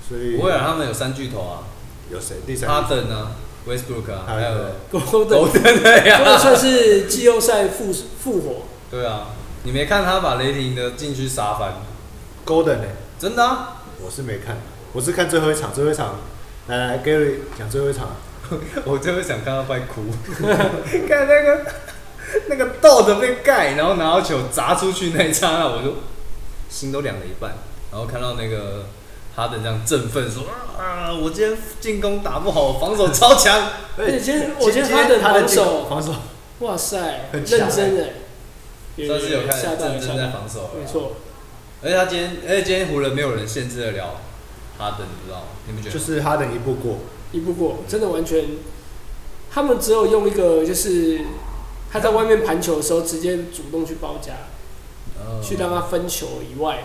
Speaker 2: 所以
Speaker 1: 不会啊，他们有三巨头啊，
Speaker 2: 有谁？第三
Speaker 1: 哈登啊，Westbrook 啊，还
Speaker 2: 还有
Speaker 1: 有
Speaker 4: 狗
Speaker 1: 都
Speaker 4: 的，
Speaker 1: 真的
Speaker 4: 真的
Speaker 1: 呀。
Speaker 4: 算是季后赛复复活，
Speaker 1: 对啊，你没看他把雷霆的禁区杀翻，
Speaker 2: Golden 呢？
Speaker 1: 真的啊！
Speaker 2: 我是没看，我是看最后一场，最后一场，来来，Gary 讲最后一场，
Speaker 1: 我真的想看他快哭， 看那个那个豆子被盖，然后拿到球砸出去那一刹那，我就心都凉了一半。然后看到那个哈登这样振奋说啊，我今天进攻打不好，我防守超 强。
Speaker 4: 而且今天我觉得
Speaker 2: 哎今天
Speaker 4: 哈登
Speaker 2: 他的
Speaker 4: 防
Speaker 2: 进
Speaker 4: 守
Speaker 2: 防守
Speaker 4: 哇塞，
Speaker 2: 很
Speaker 4: 认
Speaker 2: 强
Speaker 4: 真的，有
Speaker 1: 欸算是有看
Speaker 4: 吓到
Speaker 1: 认
Speaker 4: 了吓
Speaker 1: 真在
Speaker 4: 到
Speaker 1: 防守
Speaker 4: 了，
Speaker 1: 了
Speaker 4: 没。错，
Speaker 1: 而且他今天，而且今天湖人没有人限制得了哈登，你知道吗？你们觉得？
Speaker 2: 就是哈登一步过，
Speaker 4: 一步过，真的完全，他们只有用一个就是他在外面盘球的时候直接主动去包夹，
Speaker 1: 呃
Speaker 4: 去让他分球以外，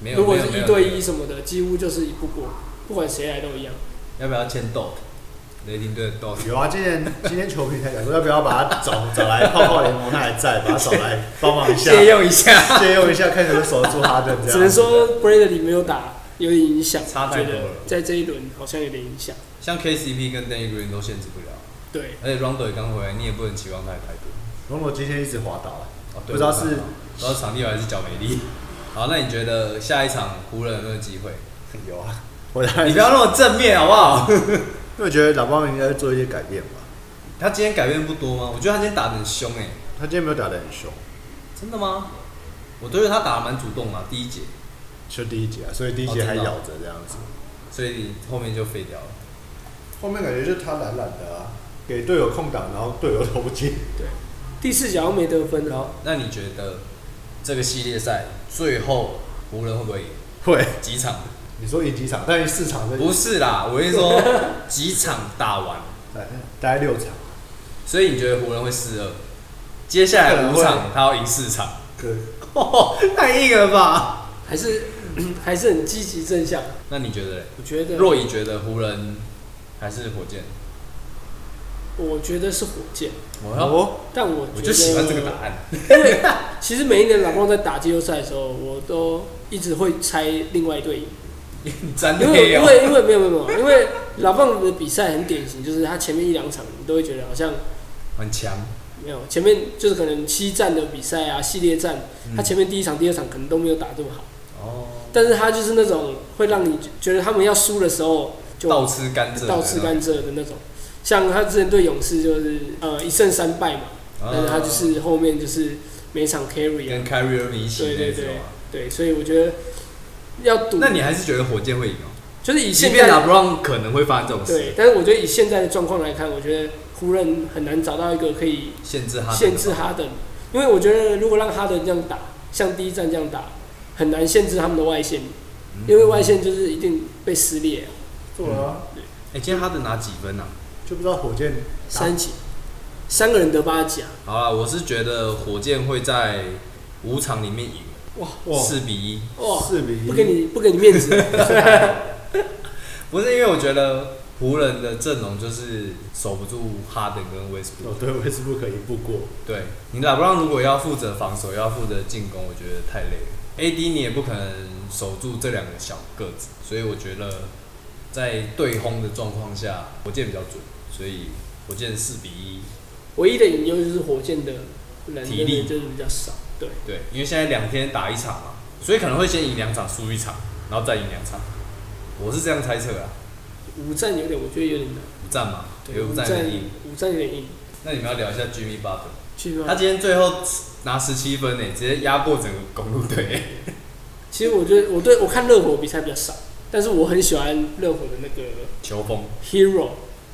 Speaker 1: 没有，
Speaker 4: 如果
Speaker 1: 没
Speaker 4: 是
Speaker 1: 有没
Speaker 4: 一
Speaker 1: 有
Speaker 4: 对
Speaker 1: 没
Speaker 4: 一
Speaker 1: 有
Speaker 4: 什么的，几乎就是一步过，不管谁来都一样。
Speaker 1: 要不要签 Dot？雷霆队的 Dot，
Speaker 2: 有啊，今天今天球迷才讲说要不要把他找 找来泡泡联盟，他还在，把他找来帮忙一下，
Speaker 1: 借用一下。
Speaker 2: 借用一下，看能不能守得住哈登这样。
Speaker 4: 只能说 Bradley 没有打有点影响，
Speaker 1: 啊差
Speaker 4: 我
Speaker 1: 太
Speaker 4: 觉
Speaker 1: 多
Speaker 4: 得
Speaker 1: 了
Speaker 4: 在这一轮好像有点影响。
Speaker 1: 像 KCP 跟 Danny Green 都限制不了，
Speaker 4: 对，
Speaker 1: 而且 Rondo 也刚回来，你也不能期望他有太多。
Speaker 2: 龙龙今天一直滑倒啊了，
Speaker 1: 哦
Speaker 2: 不知道是
Speaker 1: 不知道是场地好还是脚没力。好，那你觉得下一场湖人有没有机 会？
Speaker 2: 有啊，我当
Speaker 1: 你
Speaker 2: 然
Speaker 1: 不要那么正面好不好？
Speaker 2: 因为我觉得老包应该做一些改变吧。
Speaker 1: 他今天改变不多吗？我觉得他今天打得很凶哎、
Speaker 2: 他今天没有打得很凶，
Speaker 1: 真的吗？我对他打得蛮主动啊，第一节，
Speaker 2: 就第一节啊，所以第一
Speaker 1: 哦
Speaker 2: 节
Speaker 1: 真
Speaker 2: 还
Speaker 1: 的哦
Speaker 2: 咬着这样子。
Speaker 1: 所以后面就废掉了。
Speaker 2: 后面感觉就是他懒懒的啊，给队友空档，然后队友投不进。
Speaker 4: 第四节好像没得分
Speaker 1: 好
Speaker 4: 了，，
Speaker 1: 那你觉得这个系列赛最后湖人会不会赢？
Speaker 2: 会，
Speaker 1: 几场？
Speaker 2: 你说赢几场？但四场的
Speaker 1: 不是啦，我跟你说，几场打完，
Speaker 2: 大哎大概六场，
Speaker 1: 所以你觉得湖人会四二？接下来五
Speaker 2: 可能
Speaker 1: 场他要赢四场，
Speaker 2: 可
Speaker 1: 哦，太硬了吧？
Speaker 4: 还是嗯还是很积极正向。
Speaker 1: 那你觉得嘞？
Speaker 4: 我觉得，
Speaker 1: 若仪觉得湖人还是火箭？
Speaker 4: 我觉得是火箭，
Speaker 1: 我要，
Speaker 2: 哦，
Speaker 4: 但我
Speaker 1: 我就喜欢这个答案。
Speaker 4: 因为其实每一年老公在打季后赛的时候，我都一直会猜另外一队赢，
Speaker 1: 你真的
Speaker 4: 因为因
Speaker 1: 哦
Speaker 4: 为因为没有没有没有，因为老棒的比赛很典型，就是他前面一两场你都会觉得好像
Speaker 1: 很强，
Speaker 4: 没有，前面就是可能七战的比赛啊，系列战，
Speaker 1: 嗯
Speaker 4: 他前面第一场、第二场可能都没有打这么好，
Speaker 1: 哦，
Speaker 4: 但是他就是那种会让你觉得他们要输的时候就
Speaker 1: 倒吃甘蔗，
Speaker 4: 倒吃甘蔗的那种。像他之前对勇士就是呃一胜三败嘛，
Speaker 1: 啊，
Speaker 4: 但是他就是后面就是每场 carry 啊
Speaker 1: 跟，凯瑞 r 一起
Speaker 4: 对
Speaker 1: 那
Speaker 4: 对
Speaker 1: 种
Speaker 4: 对
Speaker 1: 啊。
Speaker 4: 对，所以我觉得要赌，
Speaker 1: 那你还是觉得火箭会赢哦？
Speaker 4: 就是以
Speaker 1: 即
Speaker 4: 现
Speaker 1: 便
Speaker 4: 在
Speaker 1: 打不让，可能会发生这种
Speaker 4: 对
Speaker 1: 事，，
Speaker 4: 但是我觉得以现在的状况来看，我觉得湖人很难找到一个可以
Speaker 1: 限制他，
Speaker 4: 限制哈登，因为我觉得如果让哈登这样打，像第一站这样打，很难限制他们的外线，
Speaker 1: 嗯
Speaker 4: 因为外线就是一定被撕裂、啊，
Speaker 2: 做了啊，
Speaker 1: 哎，今天哈登拿几分啊？
Speaker 2: 就不知道火箭
Speaker 4: 三级，三个人得八级啊，
Speaker 1: 好了，我是觉得火箭会在五场里面赢
Speaker 4: 哇
Speaker 2: 哇
Speaker 1: 四比一，
Speaker 4: 哇，
Speaker 2: 四
Speaker 1: 嗯
Speaker 2: 比一，
Speaker 4: 不给你不给你 面子，
Speaker 1: 不是因为我觉得湖人的阵容就是守不住哈登跟威斯布
Speaker 2: 哦
Speaker 1: 鲁，，
Speaker 2: 对，威斯布鲁克赢不过，
Speaker 1: 对你拉布朗如果要负责防守，又要负责进攻，我觉得太累了。AD 你也不可能守住这两个小个子，所以我觉得在对轰的状况下，火箭比较准，所以火箭四比一。
Speaker 4: 唯一的隐忧就是火箭的人
Speaker 1: 体力
Speaker 4: 真的就是比较少，对，
Speaker 1: 对，因为现在两天打一场嘛，所以可能会先赢两场，输一场，然后再赢两场。我是这样猜测啊，
Speaker 4: 五战有点我觉得有点难，
Speaker 1: 五战嘛，
Speaker 4: 对，
Speaker 1: 有
Speaker 4: 五
Speaker 1: 五战
Speaker 4: 战
Speaker 1: 有赢。
Speaker 4: 五战有点硬，
Speaker 1: 那你们要聊一下 Jimmy Butler，
Speaker 4: 去
Speaker 1: 他
Speaker 4: 吗？
Speaker 1: 今天最后拿十七分呢，直接压过整个公路队。
Speaker 4: 其实我觉得我对我看热火比赛比较少，但是我很喜欢热火的那个
Speaker 1: 球风，
Speaker 4: hero。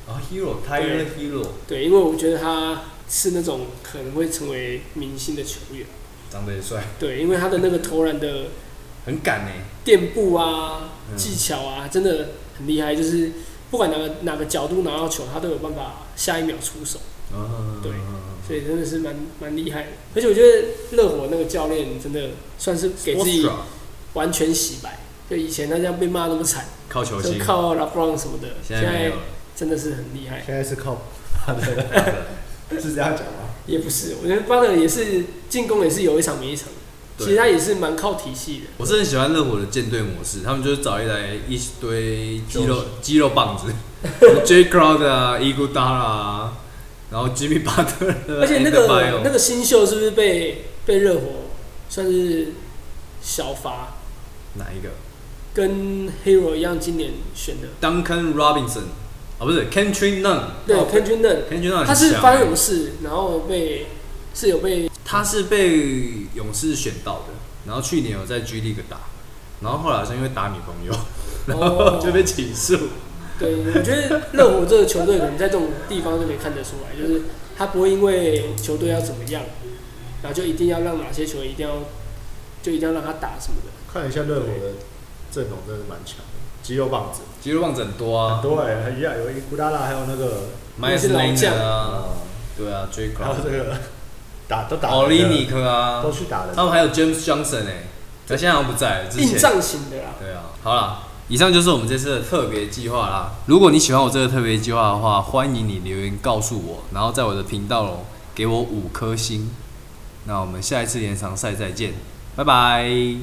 Speaker 1: 然后 Hero Tyler Hero
Speaker 4: 对，啊因为我觉得他是那种可能会成为明星的球员。
Speaker 1: 长得也帅，
Speaker 4: 对，因为他的那个投篮的
Speaker 1: 很敢呢。
Speaker 4: 垫步啊、
Speaker 1: 嗯
Speaker 4: 技巧啊，真的很厉害。就是不管哪个哪个角度拿到球，他都有办法下一秒出手，
Speaker 1: 嗯
Speaker 4: 啊对所以真的是蛮蛮厉害的。而且我觉得热火那个教练真的算是给自己完全洗白。就以前他这样被骂那么惨，
Speaker 1: 靠球
Speaker 4: 就
Speaker 1: 星，
Speaker 4: 靠 LeBron 什么的，现
Speaker 1: 现在没
Speaker 4: 在
Speaker 1: 有了。
Speaker 4: 真的是很厉害。
Speaker 2: 现在是靠他的， 是这样讲吗？
Speaker 4: 也不是，我觉得巴特也是进攻也是有一场没一场的，
Speaker 1: 对
Speaker 4: 其实他也是蛮靠体系的。
Speaker 1: 我是很喜欢热火的舰队模式，他们就是找一来一堆肌肉肌肉棒 子，J Crowd 啊 i g u d a 啊，然后 Jimmy Butler，
Speaker 4: 而且那个
Speaker 1: Adebayo
Speaker 4: 那个新秀是不是被被热火算是小罚，
Speaker 1: 哪一个
Speaker 4: 跟 Hero 一样今年选的？
Speaker 1: ？Duncan Robinson 啊，不是 Kentry Nunn，Kentry
Speaker 4: 对 k e n d r i n
Speaker 1: 哦 Nunn 欸
Speaker 4: 他是发
Speaker 1: 翻
Speaker 4: 生什么事，然后被是有被
Speaker 1: 他是被勇士选到的，然后去年有在 G League 打，然后后来好像因为打女朋友，然后
Speaker 4: 哦
Speaker 1: 就被起诉。
Speaker 4: 对，我觉得热火这个球队可能在这种地方就可以看得出来，就是他不会因为球队要怎么样，然后就一定要让哪些球员一定要就一定要让他打什么的。
Speaker 2: 看了一下热火的阵容，真的蛮强的，肌肉棒子
Speaker 1: 肌肉棒子很多啊
Speaker 2: 很多哎，一样有伊古拉拉，还有那个
Speaker 1: ，Miles
Speaker 4: 是老
Speaker 1: Leonard
Speaker 4: 将
Speaker 1: 啊，
Speaker 2: 啊，
Speaker 1: 对啊 j a c
Speaker 2: 还有
Speaker 1: o
Speaker 2: 这个打都打
Speaker 1: 奥利尼克啊
Speaker 2: 都，去打了，
Speaker 1: 他们还有 James Johnson 哎、他现在好像不在了，之
Speaker 4: 硬
Speaker 1: 前
Speaker 4: 仗型的啦。
Speaker 1: 对啊，好啦。以上就是我们这次的特别计划啦。如果你喜欢我这个特别计划的话，欢迎你留言告诉我，然后在我的频道哦给我五颗星。那我们下一次延长赛再见，拜拜。哎、诶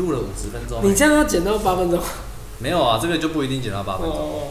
Speaker 1: 录了五十分钟欸。
Speaker 4: 你这样要剪到八分钟，
Speaker 1: 没有啊？这个就不一定剪到八分钟。
Speaker 4: 哦，